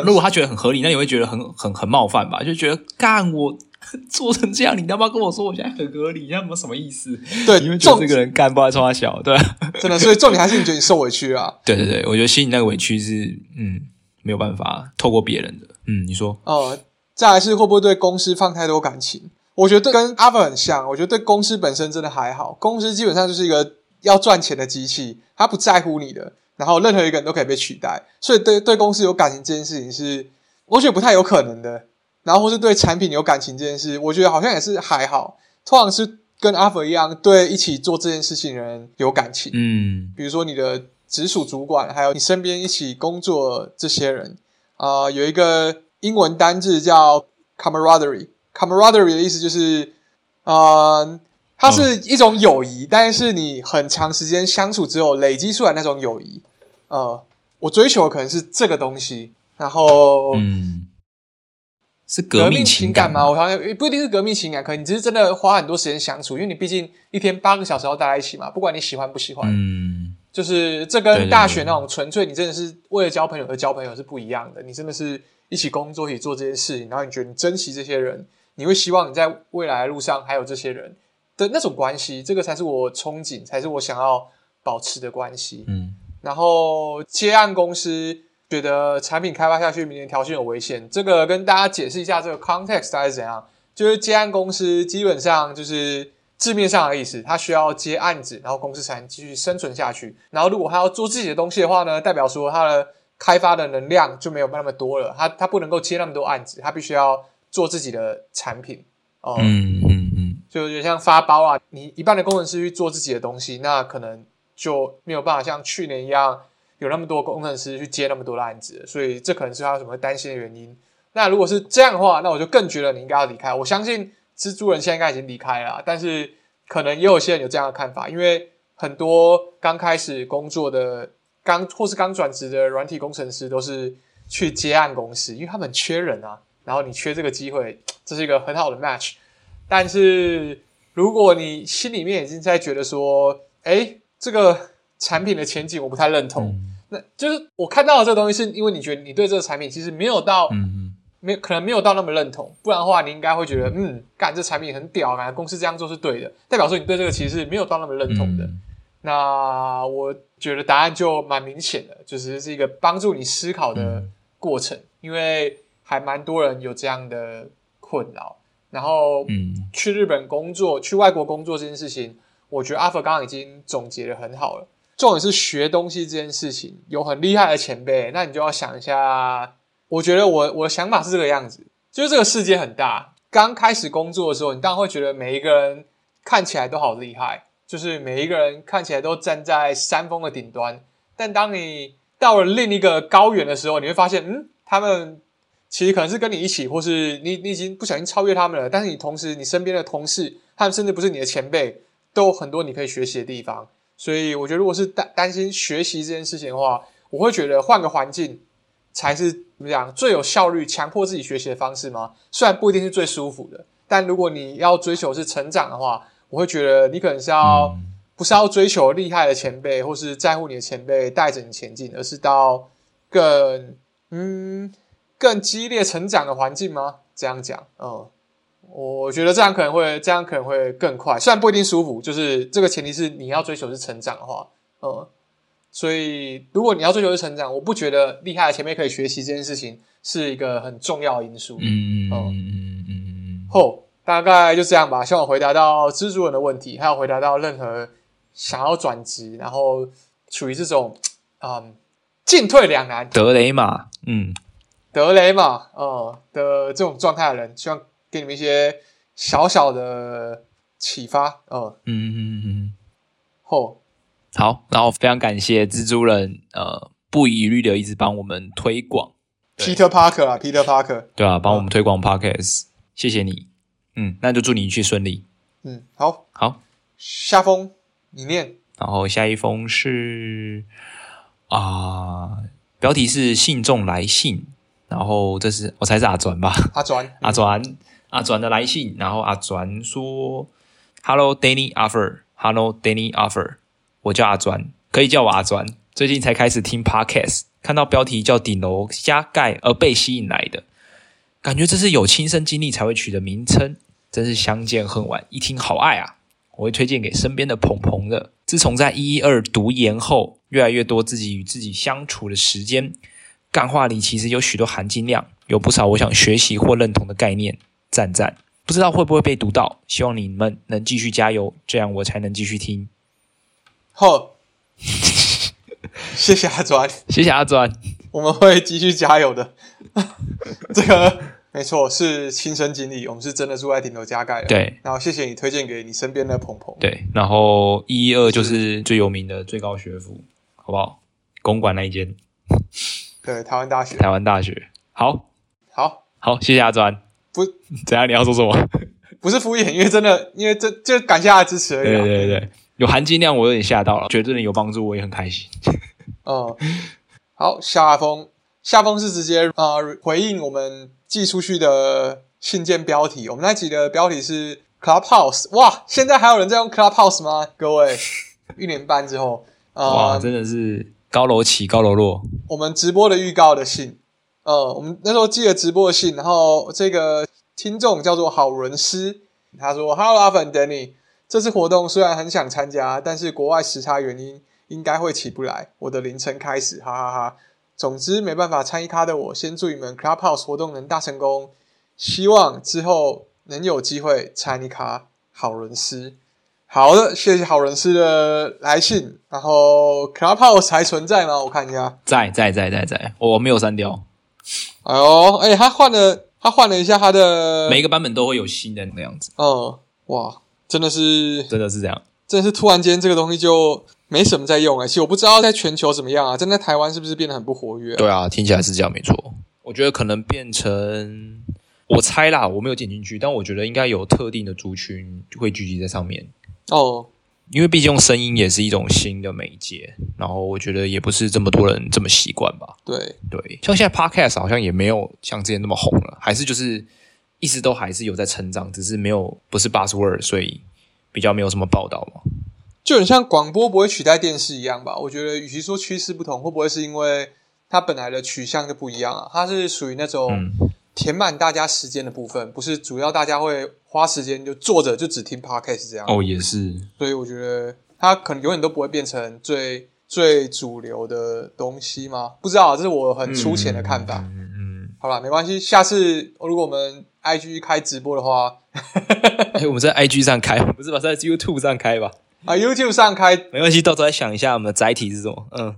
S3: 如果他觉得很合理，那你会觉得很很很冒犯吧？就觉得干我 (laughs) 做成这样，你他妈跟我说我现在很合理，那没有什么意思？
S2: 对，
S3: 你会觉
S2: 重
S3: 得这个人干不爱冲他小，对吧
S2: 真的，所以重点还是你觉得你受委屈啊。
S3: (laughs) 对对对，我觉得心里那个委屈是嗯没有办法透过别人的。嗯，你说
S2: 哦、再来是会不会对公司放太多感情？我觉得跟阿粉很像，我觉得对公司本身真的还好，公司基本上就是一个要赚钱的机器，他不在乎你的，然后任何一个人都可以被取代，所以对对公司有感情这件事情是我觉得不太有可能的。然后或是对产品有感情这件事，我觉得好像也是还好，通常是跟阿粉一样，对一起做这件事情的人有感情。
S3: 嗯
S2: 比如说你的直属主管，还有你身边一起工作这些人啊、有一个英文单字叫 camaraderie。camaraderie 的意思就是，呃，它是
S3: 嗯
S2: 一种友谊，但是你很长时间相处之后累积出来那种友谊。呃，我追求的可能是这个东西，然后。
S3: 嗯，是
S2: 革
S3: 革命
S2: 情
S3: 情感
S2: 吗？？我好像也不一定是革命情感，可能你只是真的花很多时间相处，因为你毕竟一天八个小时要待在一起嘛，不管你喜欢不喜欢，
S3: 嗯，
S2: 就是这
S3: 对
S2: 跟
S3: 对
S2: 大
S3: 对
S2: 学那种纯粹你真的是为了交朋友而交朋友是不一样的。你真的是一起工作，一起做这些事情，然后你觉得你珍惜这些人，你会希望你在未来的路上还有这些人的那种关系，这个才是我憧憬，才是我想要保持的关系。
S3: 嗯
S2: 然后接案公司觉得产品开发下去，明年调薪有危险。这个跟大家解释一下这个 context 大概是怎样，就是接案公司基本上就是字面上的意思，它需要接案子，然后公司才能继续生存下去。然后如果它要做自己的东西的话呢，代表说它的开发的能量就没有那么多了，它它不能够接那么多案子，它必须要做自己的产品。哦、
S3: 嗯嗯嗯，
S2: 就有点像发包啊，你一半的工程师去做自己的东西，那可能就没有办法像去年一样有那么多工程师去接那么多的案子，所以这可能是他有什么担心的原因。那如果是这样的话，那我就更觉得你应该要离开。我相信蜘蛛人现在应该已经离开了啊，但是可能也有些人有这样的看法，因为很多刚开始工作的刚或是刚转职的软体工程师都是去接案公司，因为他们很缺人啊。然后你缺这个机会，这是一个很好的 match。但是如果你心里面已经在觉得说，哎，这个产品的前景我不太认同，
S3: 嗯
S2: 那就是我看到的这个东西，是因为你觉得你对这个产品其实没有到，
S3: 嗯嗯
S2: 没有可能没有到那么认同，不然的话你应该会觉得，嗯，干这产品很屌，感觉公司这样做是对的，代表说你对这个其实是没有到那么认同的。
S3: 嗯
S2: 那我觉得答案就蛮明显的，就是是一个帮助你思考的
S3: 嗯
S2: 过程，因为还蛮多人有这样的困扰。然后，
S3: 嗯
S2: 去日本工作、去外国工作这件事情，我觉得阿佛刚刚已经总结的很好了。重点是学东西这件事情，有很厉害的前辈，那你就要想一下。我觉得我我的想法是这个样子，就是这个世界很大。刚开始工作的时候，你当然会觉得每一个人看起来都好厉害，就是每一个人看起来都站在山峰的顶端。但当你到了另一个高原的时候，你会发现，嗯，他们其实可能是跟你一起，或是你你已经不小心超越他们了，但是你同时你身边的同事，他们甚至不是你的前辈，都有很多你可以学习的地方。所以我觉得，如果是担担心学习这件事情的话，我会觉得换个环境才是怎么讲最有效率、强迫自己学习的方式吗？虽然不一定是最舒服的，但如果你要追求是成长的话，我会觉得你可能是要、
S3: 嗯
S2: 不是要追求厉害的前辈，或是在乎你的前辈带着你前进，而是到更嗯更激烈成长的环境吗？这样讲，嗯，我觉得这样可能会这样可能会更快，虽然不一定舒服，就是这个前提是你要追求是成长的话，嗯，所以如果你要追求是成长，我不觉得厉害的前辈可以学习这件事情是一个很重要的因素。
S3: 嗯嗯嗯嗯嗯，
S2: 后大概就这样吧。希望我回答到蜘蛛人的问题，还有回答到任何想要转职，然后处于这种嗯进退两难、
S3: 德雷玛，嗯，
S2: 德雷嘛，呃的这种状态的人，希望给你们一些小小的启发。嗯，
S3: 嗯嗯嗯嗯，
S2: 后
S3: 好，然后非常感谢蜘蛛人，呃，不遗余力的一直帮我们推广，对
S2: Peter Parker 啊，Peter Parker，
S3: 对吧、帮我们推广 Podcast，谢谢你，嗯，那就祝你一切顺利，
S2: 嗯，好，
S3: 好，
S2: 下风你念，
S3: 然后下一封是啊、标题是信众来信，然后这是我猜是阿转吧，
S2: 阿转，
S3: 阿转阿转的来信，然后阿转说：“Hello Danny Offer，Hello Danny Offer，我叫阿转，可以叫我阿转。最近才开始听 podcast，看到标题叫“顶楼加盖”而被吸引来的，感觉这是有亲身经历才会取的名称，真是相见恨晚，一听好爱啊！我会推荐给身边的朋朋的。自从在一一二读研后，越来越多自己与自己相处的时间，干话里其实有许多含金量，有不少我想学习或认同的概念，赞赞！不知道会不会被读到，希望你们能继续加油，这样我才能继续听。
S2: 好， (laughs) 谢谢阿专，
S3: 谢谢阿专，
S2: 我们会继续加油的。 (laughs) 这个没错，是亲身经历，我们是真的住在顶楼加盖的。，
S3: 对
S2: 然后谢谢你推荐给你身边的朋朋。
S3: 对，然后一一二就是最有名的最高学府，好不好？公馆那一间，
S2: 对，台湾大学。
S3: 台湾大学。好
S2: 好，
S3: 好，谢谢阿专。
S2: 不，
S3: 怎样？你要说
S2: (laughs)
S3: 什么？
S2: 不是敷衍，因为真的，因为这就感谢他的支持而已、
S3: 对
S2: 啊。
S3: 对对，有含金量，我有点吓到了，觉得对你有帮助，我也很开心。
S2: 嗯，好，下封下封是直接啊、呃回应我们寄出去的信件标题。我们那集的标题是 Clubhouse，哇，现在还有人在用 Clubhouse 吗？各位，一年半之后，
S3: 哇，
S2: 呃，
S3: 真的是高楼起，高楼落。
S2: 我们直播的预告的信，呃，我们那时候寄了直播的信，然后这个听众叫做好伦师，他说：“Hello，阿粉 Danny，这次活动虽然很想参加，但是国外时差原因应该会起不来。我的凌晨开始，哈哈哈总之没办法参与咖的我，先祝你们 Clubhouse 活动能大成功，希望之后能有机会参与咖。”好伦师。好的，谢谢好人师的来信。然后 Clubhouse 还存在吗？我看一下。
S3: 在在在在在，我没有删掉，
S2: 哎呦，哎、他换了，他换了一下他的
S3: 每一个版本都会有新的那个样子，
S2: 嗯，哇，真的是，
S3: 真的是这样。
S2: 真的是突然间这个东西就没什么在用哎、其实我不知道在全球怎么样啊，真的在台湾是不是变得很不活跃、啊？，
S3: 对啊，听起来是这样，没错。我觉得可能变成，我猜啦，我没有点进去，但我觉得应该有特定的族群会聚集在上面，
S2: 哦，
S3: 因为毕竟声音也是一种新的媒介，然后我觉得也不是这么多人这么习惯吧。
S2: 对，
S3: 对，像现在 podcast 好像也没有像之前那么红了，还是就是一直都还是有在成长，只是没有不是 buzzword，所以比较没有什么报道嘛。
S2: 就很像广播不会取代电视一样吧？我觉得，与其说趋势不同，会不会是因为它本来的取向就不一样啊？它是属于那种
S3: 嗯
S2: 填满大家时间的部分，不是主要大家会花时间就坐着就只听 podcast 这样。
S3: 哦，也是，
S2: 所以我觉得它可能永远都不会变成最最主流的东西吗？不知道啊，这是我很粗浅的看法。
S3: 嗯嗯，
S2: 好啦，没关系，下次如果我们 IG 开直播的话，
S3: 哎、 (laughs) 我们在 IG 上开，不是吧，在 YouTube 上开吧。
S2: 啊 YouTube 上开，
S3: 没关系，到时候再想一下我们的载体是什么。嗯，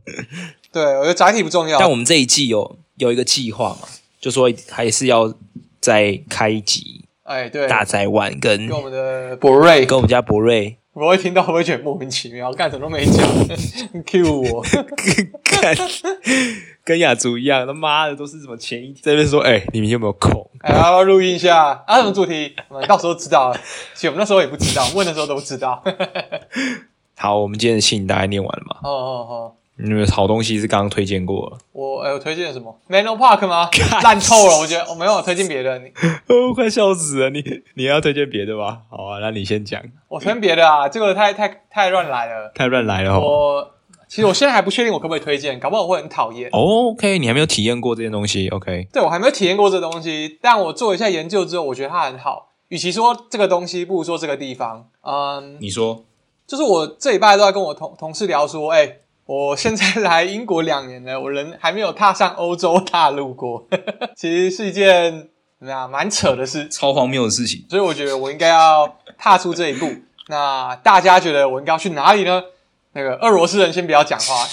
S2: 对我觉得载体不重要，
S3: 但我们这一季有有一个计划嘛，就说还是要再开一集
S2: 哎对，
S3: 大宅湾跟
S2: 跟我们的博瑞，
S3: 跟我们家博瑞 (laughs)
S2: 我会听到会不会觉得莫名其妙，干什么都没讲，Q 我，
S3: 跟跟雅竹一样，他妈的都是什么前一天在那边说，哎、你们有没有空？
S2: 哎，要不要录音一下啊？什么主题？我们到时候知道了。其实我们那时候也不知道，问的时候都不知道。
S3: 好，我们今天的信大概念完了嘛？
S2: 哦哦哦。
S3: 你们有好东西是刚刚推荐过了，
S2: 我呃，我推荐什么？Nano Park 吗？烂透了，我觉得我没有推荐别的，你
S3: 哦，我快笑死了！你你要推荐别的吧？好啊，那你先讲，
S2: 我推荐别的啊，这个太太太乱来了。
S3: 太乱来了哦。
S2: 我其实我现在还不确定我可不可以推荐，搞不好我会很讨厌。
S3: 哦，OK，你还没有体验过这件东西，OK？
S2: 对我还没有体验过这东西，但我做一下研究之后，我觉得它很好。与其说这个东西，不如说这个地方。嗯，
S3: 你说，
S2: 就是我这礼拜都在跟我同同事聊说，哎、我现在来英国两年了，我人还没有踏上欧洲大陆过， (laughs) 其实是一件怎么样蛮扯的事。
S3: 超荒谬的事情。
S2: 所以我觉得我应该要踏出这一步。 (laughs) 那大家觉得我应该要去哪里呢？那个俄罗斯人先不要讲话，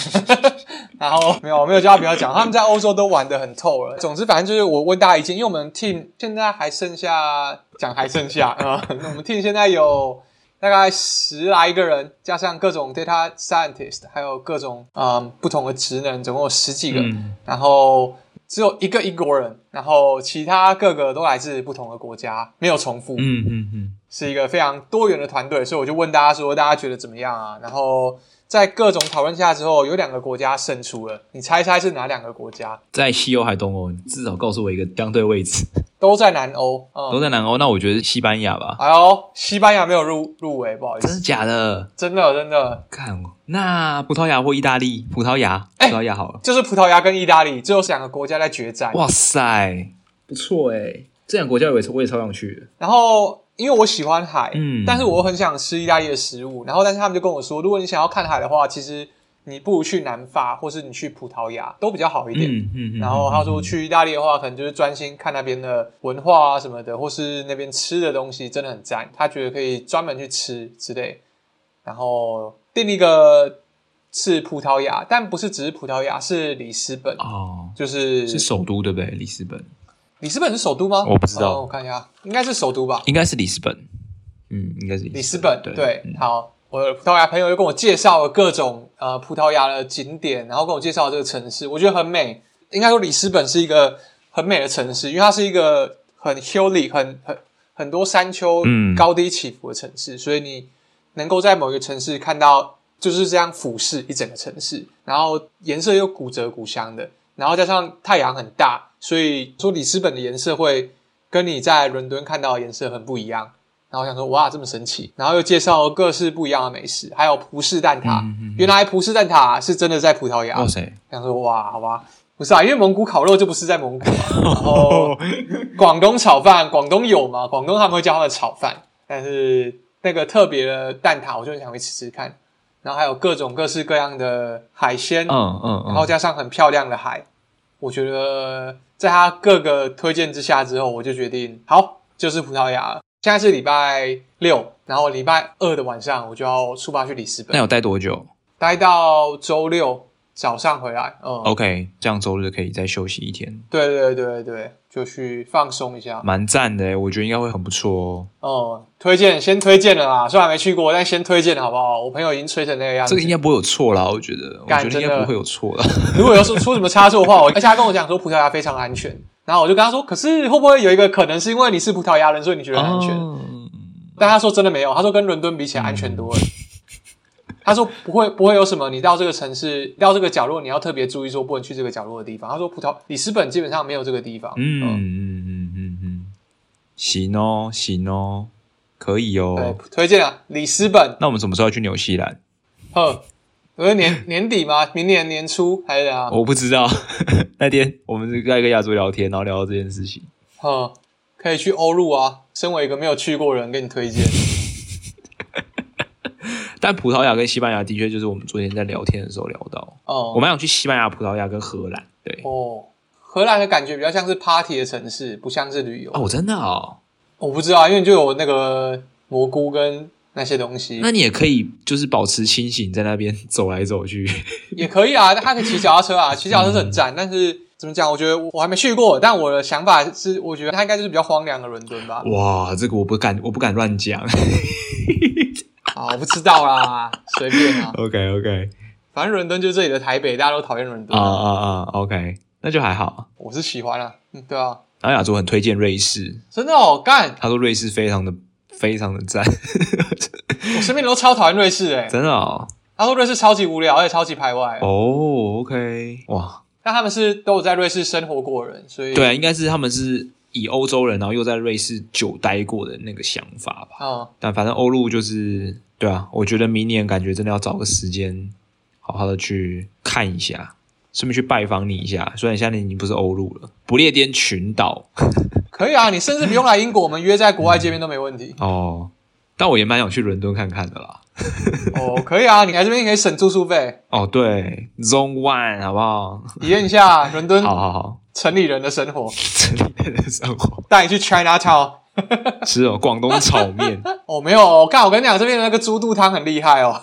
S2: (laughs) 然后没有没有叫他不要讲，他们在欧洲都玩得很透了。总之，反正就是我问大家意见，因为我们 team 现在还剩下讲还剩下 (laughs) 啊、嗯我们 team 现在有大概十来个人，加上各种 data scientist，还有各种嗯不同的职能，总共有十几个。
S3: 嗯，
S2: 然后只有一个英国人，然后其他各个都来自不同的国家，没有重复，
S3: 嗯嗯嗯，
S2: 是一个非常多元的团队。所以我就问大家说，大家觉得怎么样啊？然后在各种讨论下之后，有两个国家胜出了，你猜猜是哪两个国家？
S3: 在西欧还东欧，你至少告诉我一个相对位置。
S2: 都在南欧，嗯、
S3: 都在南欧，那我觉得是西班牙吧，
S2: 哎呦，西班牙没有入入围，不好意
S3: 真
S2: 思，
S3: 的假的？
S2: 真的真的，
S3: 看，那葡萄牙或意大利，葡萄牙，葡
S2: 哎
S3: 萄牙好了。
S2: 就是葡萄牙跟意大利，只有两个国家在决战。
S3: 哇塞，
S8: 不错哎，这两个国家我也超我也超想去的。
S2: 然后因为我喜欢海，
S3: 嗯
S2: 但是我很想吃意大利的食物。然后，但是他们就跟我说，如果你想要看海的话，其实你不如去南法，或是你去葡萄牙都比较好一点。
S3: 嗯嗯嗯。
S2: 然后他说
S3: 嗯，
S2: 去意大利的话，可能就是专心看那边的文化啊什么的，或是那边吃的东西真的很赞，他觉得可以专门去吃之类。然后另一个是葡萄牙，但不是只是葡萄牙，是里斯本，
S3: 哦，
S2: 就是
S3: 是首都对不对？里斯本
S2: 里斯本是首都吗？
S3: 我不知道
S2: 哦我看一下，应该是首都吧。
S3: 应该是里斯本，嗯，应该是
S2: 里斯本，
S3: 对
S2: 对，
S3: 嗯
S2: 好，我的葡萄牙朋友又跟我介绍了各种呃葡萄牙的景点，然后跟我介绍了这个城市，我觉得很美。应该说里斯本是一个很美的城市，因为它是一个很 hilly、很很很多山丘
S3: 嗯、
S2: 高低起伏的城市，所以你能够在某一个城市看到就是这样俯视一整个城市，然后颜色又古色古香的，然后加上太阳很大，所以说里斯本的颜色会跟你在伦敦看到的颜色很不一样。然后我想说哇这么神奇，然后又介绍各式不一样的美食，还有葡式蛋挞。
S3: 嗯嗯哦嗯
S2: 原来葡式蛋挞是真的在葡萄牙。
S8: 啊
S3: 哇塞，
S2: 想说哇好吧，不是啊，因为蒙古烤肉就不是在蒙古、啊，然后广东炒饭，广东有嘛？广东他们会叫它的炒饭，但是那个特别的蛋挞，我就很想去吃吃看。然后还有各种各式各样的海鲜，
S3: 嗯嗯
S2: 然后
S3: 嗯，
S2: 加上很漂亮的海，我觉得在他各个推荐之下之后，我就决定好就是葡萄牙了。现在是礼拜六，然后礼拜二的晚上我就要出发去里斯
S3: 那
S2: 本，
S3: 有待多久
S2: 待到周六早上回来。嗯
S3: ？OK，这样周日可以再休息一天，
S2: 对对对对，就去放松一下。
S3: 蛮赞的耶，欸我觉得应该会很不错哦。
S2: 哦、推荐先推荐了啦，虽然没去过，但先推荐了好不好？我朋友已经吹成那个样子。
S3: 这个应该不会有错啦，我觉得，我
S2: 干
S3: 觉得应
S2: 真
S3: 该
S2: 的
S3: 不会有错啦。
S2: 如果有出出什么差错的话，我而且 (laughs) 他跟我讲说葡萄牙非常安全，然后我就跟他说，可是会不会有一个可能是因为你是葡萄牙人，所以你觉得很安全？
S3: 哦
S2: 但他说真的没有，他说跟伦敦比起来安
S3: 嗯
S2: 全多了。他说不会不会有什么，你到这个城市到这个角落，你要特别注意说不能去这个角落的地方。他说葡萄里斯本基本上没有这个地方。
S3: 嗯嗯嗯嗯
S2: 哦
S3: 嗯，行哦，行哦，可以
S2: 对
S3: 哦。，
S2: 推荐啊，里斯本。
S3: 那我们什么时候要去纽西兰？
S2: 呵，我是年年底吗？明年年初还是怎样？
S3: 我不知道。 (laughs) 那天我们在跟亚洲聊天，然后聊到这件事情。
S2: 呵，可以去欧陆啊。身为一个没有去过的人，给你推荐。
S3: 但葡萄牙跟西班牙的确就是我们昨天在聊天的时候聊到，
S2: 哦、
S3: 我蛮想去西班牙、葡萄牙跟荷兰。对，
S2: 哦，荷兰的感觉比较像是 party 的城市，不像是旅游。
S3: 哦，真的哦。
S2: 我不知道啊，因为就有那个蘑菇跟那些东西
S3: 那，你也可以就是保持清醒，在那边走来走去。 (laughs)
S2: 也可以啊。它可以骑脚踏车啊，骑脚踏车是很赞，但是。怎么讲？我觉得我我还没去过，但我的想法是，我觉得它应该就是比较荒凉的伦敦吧。
S3: 哇，这个我不敢，我不敢乱讲。 (laughs)
S2: 啊，我不知道啦，随便啊。
S3: OK OK，
S2: 反正伦敦就是这里的台北，大家都讨厌伦敦
S3: 啊啊啊，OK，那就还好。
S2: 我是喜欢啊，嗯，对啊，
S3: 然后亚洲很推荐瑞士，
S2: 真的哦，干，
S3: 他说瑞士非常的非常的赞，
S2: 我身边人都超讨厌瑞士诶、
S3: (laughs) 真的哦。
S2: 他说瑞士超级无聊，而且超级排外。
S3: 哦，OK，哇，
S2: 但他们是都有在瑞士生活过的人，所以
S3: 对啊，，应该是他们是以欧洲人，然后又在瑞士久待过的那个想法吧。
S2: 嗯，
S3: 但反正欧陆就是对啊，我觉得明年感觉真的要找个时间，好好的去看一下，顺便去拜访你一下。虽然现在你已经不是欧陆了，不列颠群岛
S2: 可以啊，你甚至不用来英国，我们约在国外见面都没问题。
S3: 哦，但我也蛮想去伦敦看看的啦。
S2: 哦，可以啊，你来这边可以省住宿费，
S3: 哦，对，Zone One 好不 (laughs) 好？
S2: 体验一下伦敦
S3: 好好好，
S2: 城里人的生活，
S3: 城里人的生活，
S2: 带你去 China Town。
S3: 吃哦，广东炒 (laughs) 面，
S2: 哦，没有哦，干，我跟你讲，这边的那个猪肚汤很厉害哦，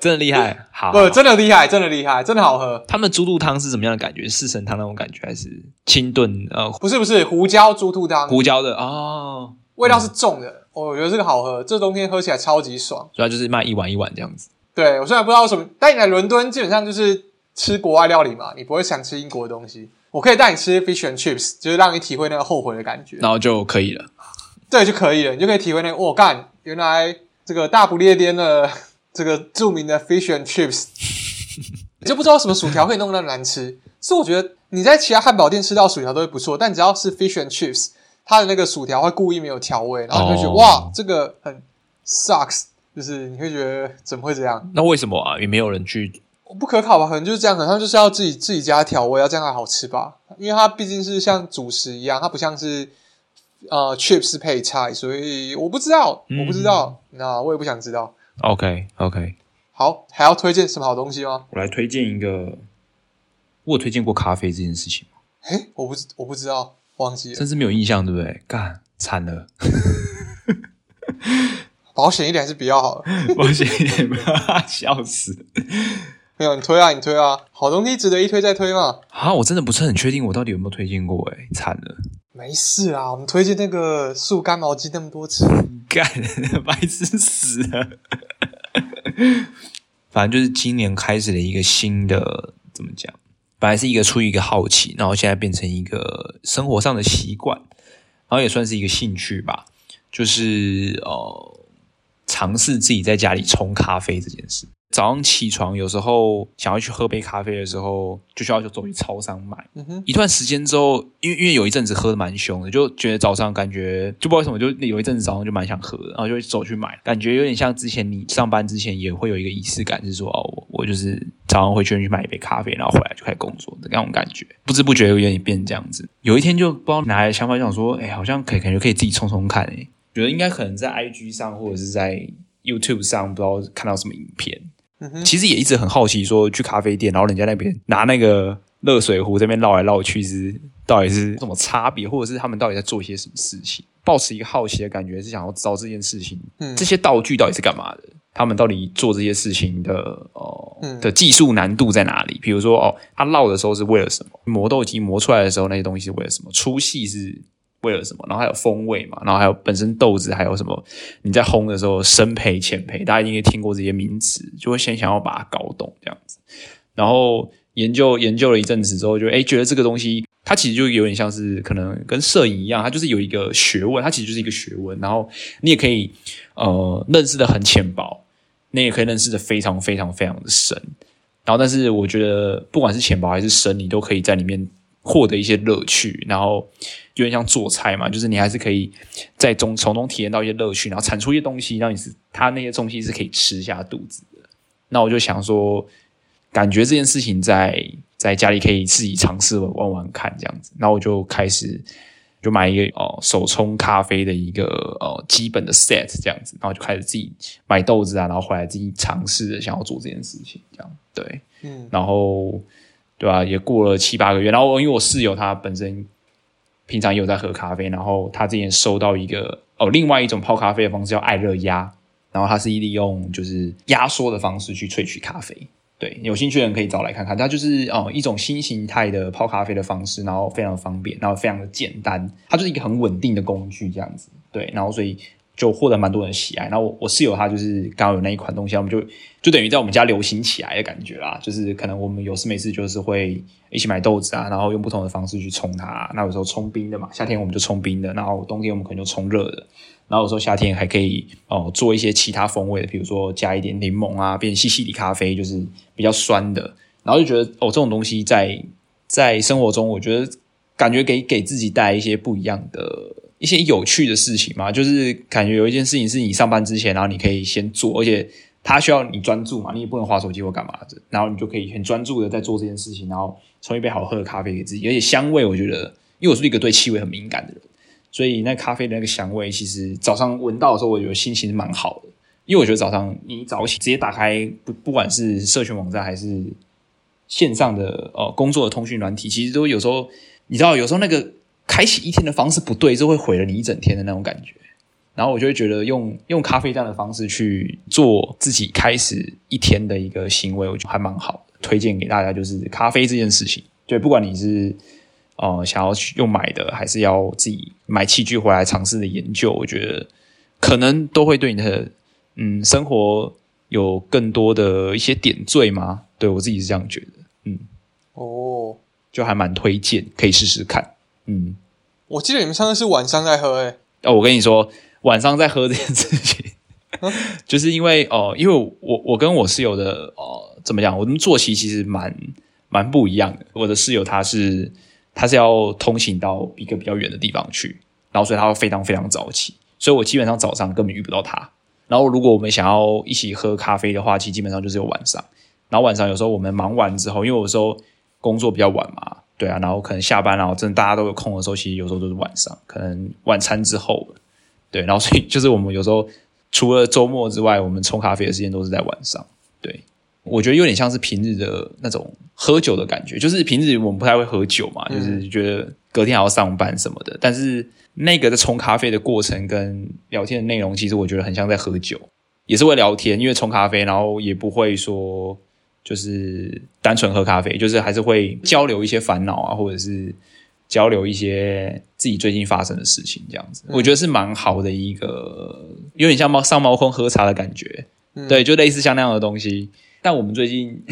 S3: 真的厉害。
S2: (laughs)
S3: 好，
S2: 不，真的厉害，真的厉害，真的好喝。
S3: 他们的猪肚汤是怎么样的感觉？四神汤那种感觉，还是清炖呃
S2: 不是不是，胡椒猪肚汤，
S3: 胡椒的哦？
S2: 味道是重的，哦我觉得这个好喝，这冬天喝起来超级爽。
S3: 主要就是卖一碗一碗这样子。
S2: 对我虽然不知道为什么，但你来伦敦基本上就是吃国外料理嘛，你不会想吃英国的东西。我可以带你吃 fish and chips，就是让你体会那个后悔的感觉，
S8: 然后就可以了。
S2: 对就可以了，你就可以体会那个我干、原来这个大不列颠的这个著名的 fish and chips，你就不知道为什么薯条可以弄得那么难吃，是我觉得你在其他汉堡店吃到薯条都会不错，但只要是 fish and chips，它的那个薯条会故意没有调味，然后你会觉得、
S6: 哦
S2: 哇，这个很 sucks，就是你会觉得怎么会这样？
S6: 那为什么啊？也没有人去
S2: 不可考吧？可能就是这样，可能他就是要自己自己加调味，要这样才好吃吧？因为它毕竟是像主食一样，它不像是呃 chips 配菜，所以我不知道，我不知道，那我也不想知道。
S6: ？OK OK，
S2: 好，还要推荐什么好东西吗？
S3: 我来推荐一个，我有推荐过咖啡这件事情吗，
S2: 诶，我不知我不知道，忘记了。
S3: 甚至没有印象，对不对？干惨了，
S2: 保险一点还是比较好的。
S3: 我先笑死
S2: 没有，你推啊，你推啊，好东西值得一推再推嘛。
S3: 啊！我真的不是很确定我到底有没有推荐过、哎，惨了，
S2: 没事啊啦，我们推荐那个速干毛巾那么多次，
S3: 干 (laughs) 白痴死了。反正就是今年开始的一个新的，怎么讲？本来是一个出于一个好奇，然后现在变成一个生活上的习惯，然后也算是一个兴趣吧。就是呃，尝试自己在家里冲咖啡这件事。早上起床，有时候想要去喝杯咖啡的时候，就需要就走去超商买。
S2: 嗯哼，
S3: 一段时间之后，因为因为有一阵子喝的蛮凶的，就觉得早上感觉就不知道为什么，就有一阵子早上就蛮想喝的，然后就会走去买，感觉有点像之前你上班之前也会有一个仪式感，是说哦，我我就是早上回去去买一杯咖啡，然后回来就开始工作的那种感觉，不知不觉有点变这样子。有一天就不知道哪来的想法，就想说，哎，好像可以感觉可以自己冲冲看、哎，觉得应该可能在 IG 上或者是在 YouTube 上，不知道看到什么影片，
S2: 嗯哼，
S3: 其实也一直很好奇，说去咖啡店，然后人家那边拿那个热水壶这边绕来绕去是到底是什么差别，或者是他们到底在做些什么事情，抱持一个好奇的感觉，是想要知道这件事情，
S2: 嗯
S3: 这些道具到底是干嘛的，他们到底做这些事情的哦、
S2: 嗯
S3: 的技术难度在哪里？比如说哦，他绕的时候是为了什么？磨豆机磨出来的时候那些东西是为了什么？粗细是。为了什么？然后还有风味嘛，然后还有本身豆子，还有什么你在烘的时候，深焙、浅焙，大家应该听过这些名词，就会先想要把它搞懂这样子。然后研究研究了一阵子之后就，哎觉得这个东西它其实就有点像是可能跟摄影一样，它就是有一个学问，它其实就是一个学问。然后你也可以呃认识的很浅薄，你也可以认识的非常非常非常的深。然后，但是我觉得不管是浅薄还是深，你都可以在里面获得一些乐趣。然后有点像做菜嘛，就是你还是可以在中从中体验到一些乐趣，然后产出一些东西，让你是它那些东西是可以吃下肚子的。那我就想说，感觉这件事情在在家里可以自己尝试玩玩看这样子。然后我就开始就买一个哦、手冲咖啡的一个呃基本的 set 这样子，然后就开始自己买豆子啊，然后回来自己尝试着想要做这件事情，这样对。
S2: 嗯
S3: 然后对吧、也过了七八个月，然后因为我室友他本身平常也有在喝咖啡，然后他之前收到一个哦，另外一种泡咖啡的方式叫爱热压，然后它是利用就是压缩的方式去萃取咖啡。对，有兴趣的人可以找来看看，它就是哦一种新形态的泡咖啡的方式，然后非常方便，然后非常的简单，它就是一个很稳定的工具这样子。对，然后所以就获得蛮多人的喜爱。然后我我室友他就是刚好有那一款东西，我们就就等于在我们家流行起来的感觉啦。就是可能我们有事没事就是会一起买豆子啊，然后用不同的方式去冲它。啊那有时候冲冰的嘛，夏天我们就冲冰的，然后冬天我们可能就冲热的。然后有时候夏天还可以哦、呃做一些其他风味的，比如说加一点柠檬啊，变西西里咖啡，就是比较酸的。然后就觉得哦，这种东西在在生活中，我觉得感觉给给自己带来一些不一样的、一些有趣的事情嘛。就是感觉有一件事情是你上班之前，然后你可以先做，而且它需要你专注嘛，你也不能划手机或干嘛的，然后你就可以很专注的在做这件事情，然后冲一杯好喝的咖啡给自己。而且香味，我觉得，因为我是一个对气味很敏感的人，所以那咖啡的那个香味，其实早上闻到的时候，我觉得心情是蛮好的。因为我觉得早上你早起直接打开，不不管是社群网站还是线上的呃工作的通讯软体，其实都有时候你知道，有时候那个开启一天的方式不对，就会毁了你一整天的那种感觉。然后我就会觉得用用咖啡这样的方式去做自己开始一天的一个行为，我觉得还蛮好的。推荐给大家就是咖啡这件事情，对，不管你是呃想要去用买的，还是要自己买器具回来尝试的研究，我觉得可能都会对你的嗯生活有更多的一些点缀嘛。对我自己是这样觉得，嗯
S2: 哦，
S3: 就还蛮推荐，可以试试看。嗯，
S2: 我记得你们上次是晚上在喝、诶，
S3: 哦，我跟你说，晚上在喝这件事情， (laughs) 就是因为哦、呃因为我我跟我室友的哦、呃怎么讲，我们作息其实蛮蛮不一样的。我的室友他是他是要通行到一个比较远的地方去，然后所以他会非常非常早起，所以我基本上早上根本遇不到他。然后如果我们想要一起喝咖啡的话，其实基本上就是有晚上。然后晚上有时候我们忙完之后，因为有时候工作比较晚嘛，对啊，然后可能下班，然后真的大家都有空的时候，其实有时候都是晚上，可能晚餐之后了，对，然后所以 (laughs) 就是我们有时候除了周末之外，我们冲咖啡的时间都是在晚上，对。我觉得有点像是平日的那种喝酒的感觉，就是平日我们不太会喝酒嘛，
S2: 嗯
S3: 就是觉得隔天还要上班什么的。但是那个在冲咖啡的过程跟聊天的内容，其实我觉得很像在喝酒，也是会聊天，因为冲咖啡，然后也不会说就是单纯喝咖啡，就是还是会交流一些烦恼啊，或者是交流一些自己最近发生的事情，这样子，
S2: 嗯
S3: 我觉得是蛮好的一个，有点像猫上猫空喝茶的感觉，
S2: 嗯
S3: 对，就类似像那样的东西。但我们最近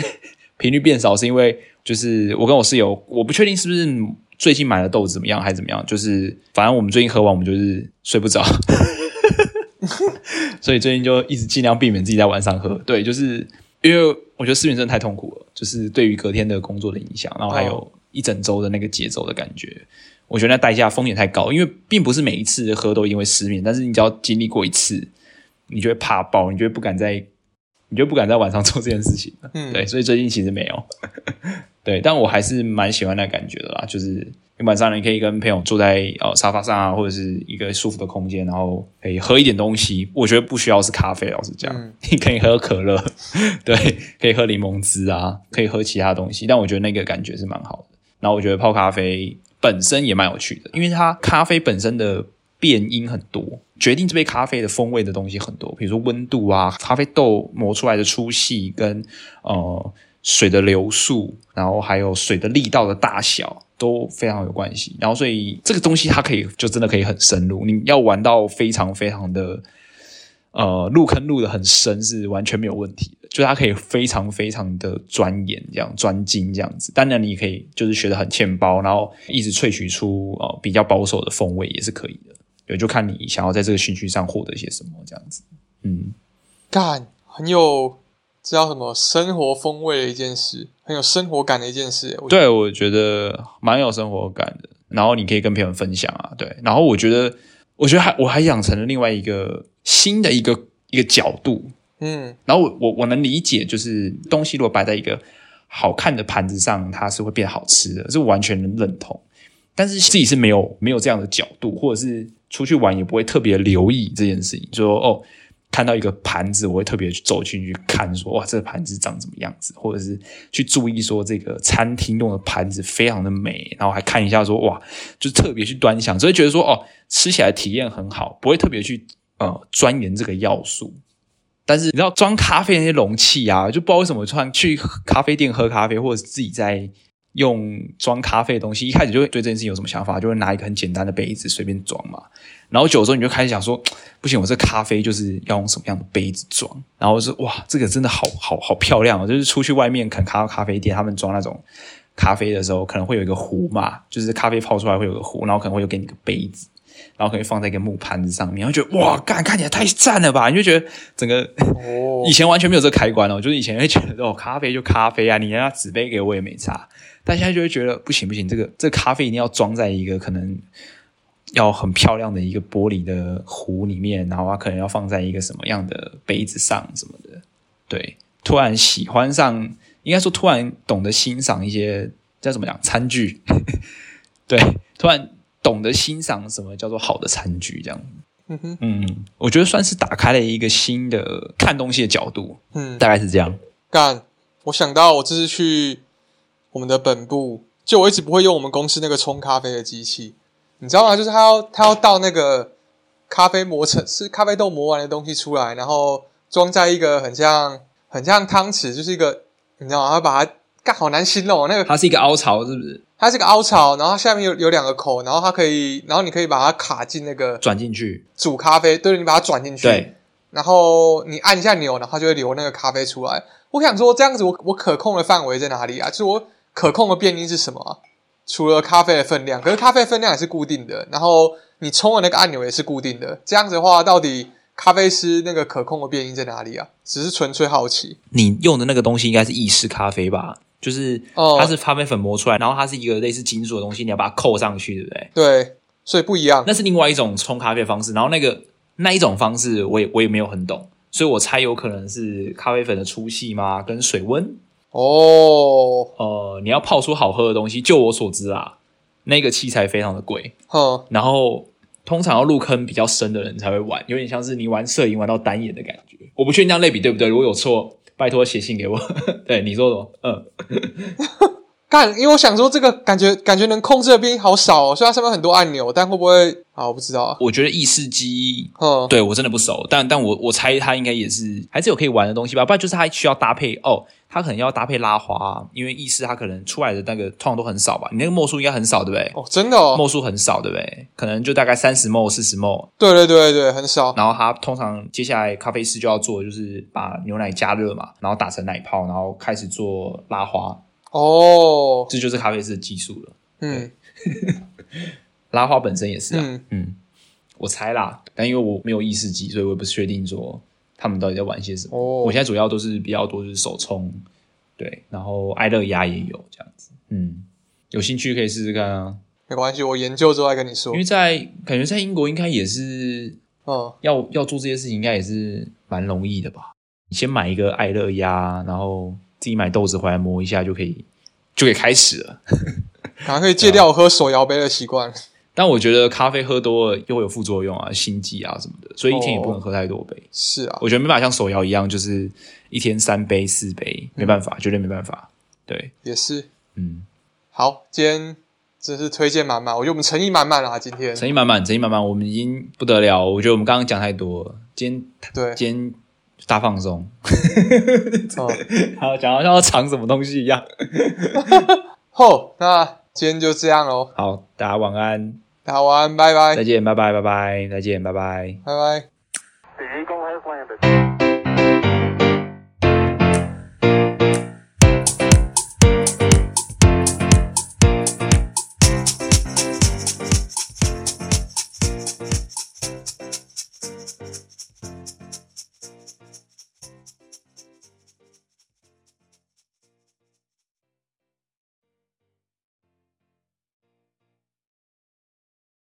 S3: 频率变少，是因为就是我跟我室友，我不确定是不是最近买的豆子怎么样，还是怎么样，就是反正我们最近喝完，我们就是睡不着。 (laughs) 所以最近就一直尽量避免自己在晚上喝。对，就是因为我觉得失眠真的太痛苦了，就是对于隔天的工作的影响，然后还有
S2: 哦
S3: 一整周的那个节奏的感觉，我觉得那代价风险太高。因为并不是每一次喝都因为失眠，但是你只要经历过一次，你就会怕爆，你就会不敢在，你就不敢在晚上做这件事情了。
S2: 嗯
S3: 对，所以最近其实没有。对，但我还是蛮喜欢那感觉的啦，就是晚上你可以跟朋友坐在呃沙发上啊，或者是一个舒服的空间，然后可以喝一点东西。我觉得不需要是咖啡，老实讲，
S2: 嗯
S3: (laughs) 你可以喝可乐， (laughs) 对，可以喝柠檬汁啊，可以喝其他东西。但我觉得那个感觉是蛮好的。然后我觉得泡咖啡本身也蛮有趣的，因为它咖啡本身的变音很多，决定这杯咖啡的风味的东西很多，比如说温度啊，咖啡豆磨出来的粗细跟呃水的流速，然后还有水的力道的大小都非常有关系。然后所以这个东西它可以就真的可以很深入，你要玩到非常非常的呃入坑入的很深是完全没有问题的，就是它可以非常非常的钻研这样专精这样子。当然你可以就是学的很欠包，然后一直萃取出呃比较保守的风味也是可以的。对，就看你想要在这个兴趣上获得一些什么这样子。嗯，
S2: 干很有知道什么生活风味的一件事，很有生活感的一件事。欸我
S3: 对，我觉得蛮有生活感的。然后你可以跟朋友分享啊，对。然后我觉得，我觉得还我还养成了另外一个新的一个一个角度，
S2: 嗯
S3: 然后我我我能理解，就是东西如果摆在一个好看的盘子上，它是会变好吃的，这我完全能认同。但是自己是没有没有这样的角度，或者是出去玩也不会特别留意这件事情，就说哦，看到一个盘子，我会特别去走进去看说，哇，这个盘子长什么样子，或者是去注意说这个餐厅用的盘子非常的美，然后还看一下说哇，就特别去端详，所以觉得说哦，吃起来体验很好，不会特别去呃钻研这个要素。但是你知道装咖啡那些容器啊，就不知道为什么突然去咖啡店喝咖啡，或者是自己在用装咖啡的东西，一开始就会对这件事情有什么想法，就会拿一个很简单的杯子随便装嘛。然后久了之后，你就开始想说，不行，我这咖啡就是要用什么样的杯子装。然后说，哇，这个真的好好好漂亮、哦！就是出去外面肯咖咖啡店，他们装那种咖啡的时候，可能会有一个壶嘛，就是咖啡泡出来会有个壶，然后可能会有给你个杯子。然后可以放在一个木盘子上面，然后觉得哇，干看起来太赞了吧！你就觉得整个
S2: 哦
S3: (laughs) 以，前完全没有这个开关哦，就是以前会觉得哦，咖啡就咖啡啊，你拿纸杯给我也没差。但现在就会觉得不行不行，这个这个咖啡一定要装在一个可能要很漂亮的一个玻璃的壶里面，然后它可能要放在一个什么样的杯子上什么的。对，突然喜欢上，应该说突然懂得欣赏一些叫怎么讲餐具， (laughs) 对，突然懂得欣赏什么叫做好的餐具这样。
S2: 嗯哼
S3: 嗯，我觉得算是打开了一个新的看东西的角度。
S2: 嗯，
S3: 大概是这样。
S2: 干，我想到我这次去我们的本部，就我一直不会用我们公司那个冲咖啡的机器，你知道吗？就是它要它要倒那个咖啡磨成是咖啡豆磨完的东西出来，然后装在一个很像很像汤匙，就是一个你知道吗？它把它干好难形容哦，那个
S3: 它是一个凹槽，是不是？
S2: 它是个凹槽，然后它下面有有两个口，然后它可以，然后你可以把它卡进那个
S3: 转进去，
S2: 煮咖啡，对，你把它转进去，，
S3: 对，
S2: 然后你按一下钮，然后它就会流那个咖啡出来。我想说，这样子我我可控的范围在哪里啊？就是我可控的变因是什么、啊？除了咖啡的分量，可是咖啡分量也是固定的，然后你冲的那个按钮也是固定的。这样子的话，到底咖啡师那个可控的变因在哪里啊？只是纯粹好奇。
S3: 你用的那个东西应该是意式咖啡吧？就是
S2: 哦
S3: 它是咖啡粉磨出来，然后它是一个类似金属的东西，你要把它扣上去，对不对？
S2: 对，所以不一样。
S3: 那是另外一种冲咖啡的方式。然后那个那一种方式，我也我也没有很懂，所以我猜有可能是咖啡粉的粗细嘛，跟水温。
S2: 哦，
S3: 呃，你要泡出好喝的东西，就我所知啊，那个器材非常的贵，
S2: 哼，
S3: 然后通常要入坑比较深的人才会玩，有点像是你玩摄影玩到单眼的感觉。我不确定这样类比对不对，如果有错，拜托写信给我。 (laughs) 对，你说什么？嗯，
S2: 干，因为我想说这个感觉感觉能控制的变音好少哦，虽然它上面有很多按钮，但会不会啊？我不知道啊。
S3: 我觉得意式机
S2: 哼，
S3: 对我真的不熟，但但我我猜它应该也是还是有可以玩的东西吧，不然就是它需要搭配哦，它可能要搭配拉花啊，因为意式它可能出来的那个通常都很少吧，你那个墨数应该很少对不对？
S2: 哦，真的哦，
S3: 墨数很少对不对？可能就大概三十墨四十墨，
S2: 对对对对，很少。
S3: 然后它通常接下来咖啡师就要做的就是把牛奶加热嘛，然后打成奶泡，然后开始做拉花，
S2: 哦，
S3: 这就是咖啡师的技术了。
S2: 嗯
S3: 拉花本身也是啊，
S2: 嗯，
S3: 嗯，我猜啦，但因为我没有意识机，所以我也不确定说他们到底在玩些什么。
S2: 哦
S3: 我现在主要都是比较多就是手冲，对，然后爱乐压也有这样子，嗯，有兴趣可以试试看啊，
S2: 没关系，我研究之后再跟你说
S3: 因。为在感觉在英国应该也是
S2: 嗯，
S3: 要要做这些事情，应该也是蛮容易的吧？你先买一个爱乐压，然后自己买豆子回来磨一下就可以，就可以开始了。
S2: 可能可以戒掉我喝手摇杯的习惯。 (laughs)
S3: 但我觉得咖啡喝多了又会有副作用啊，心悸啊什么的，所以一天也不能喝太多杯。
S2: 是啊，
S3: 我觉得没办法像手摇一样，就是一天三杯四杯，没办法，绝对没办法。对，
S2: 也是。
S3: 嗯，
S2: 好，今天真是推荐满满，我觉得我们诚意满满啊，今天。
S3: 诚意满满，诚意满满，我们已经不得了。我觉得我们刚刚讲太多了，今
S2: 对
S3: 天，今天大放松，
S2: 嗯，
S3: (laughs) 好讲到像要藏什么东西一样。
S2: 好，那今天就这样喽，
S3: 好，大家晚安，
S2: 大家晚安，拜拜，
S3: 再见，拜拜，拜拜，再见，拜拜。
S2: 拜拜。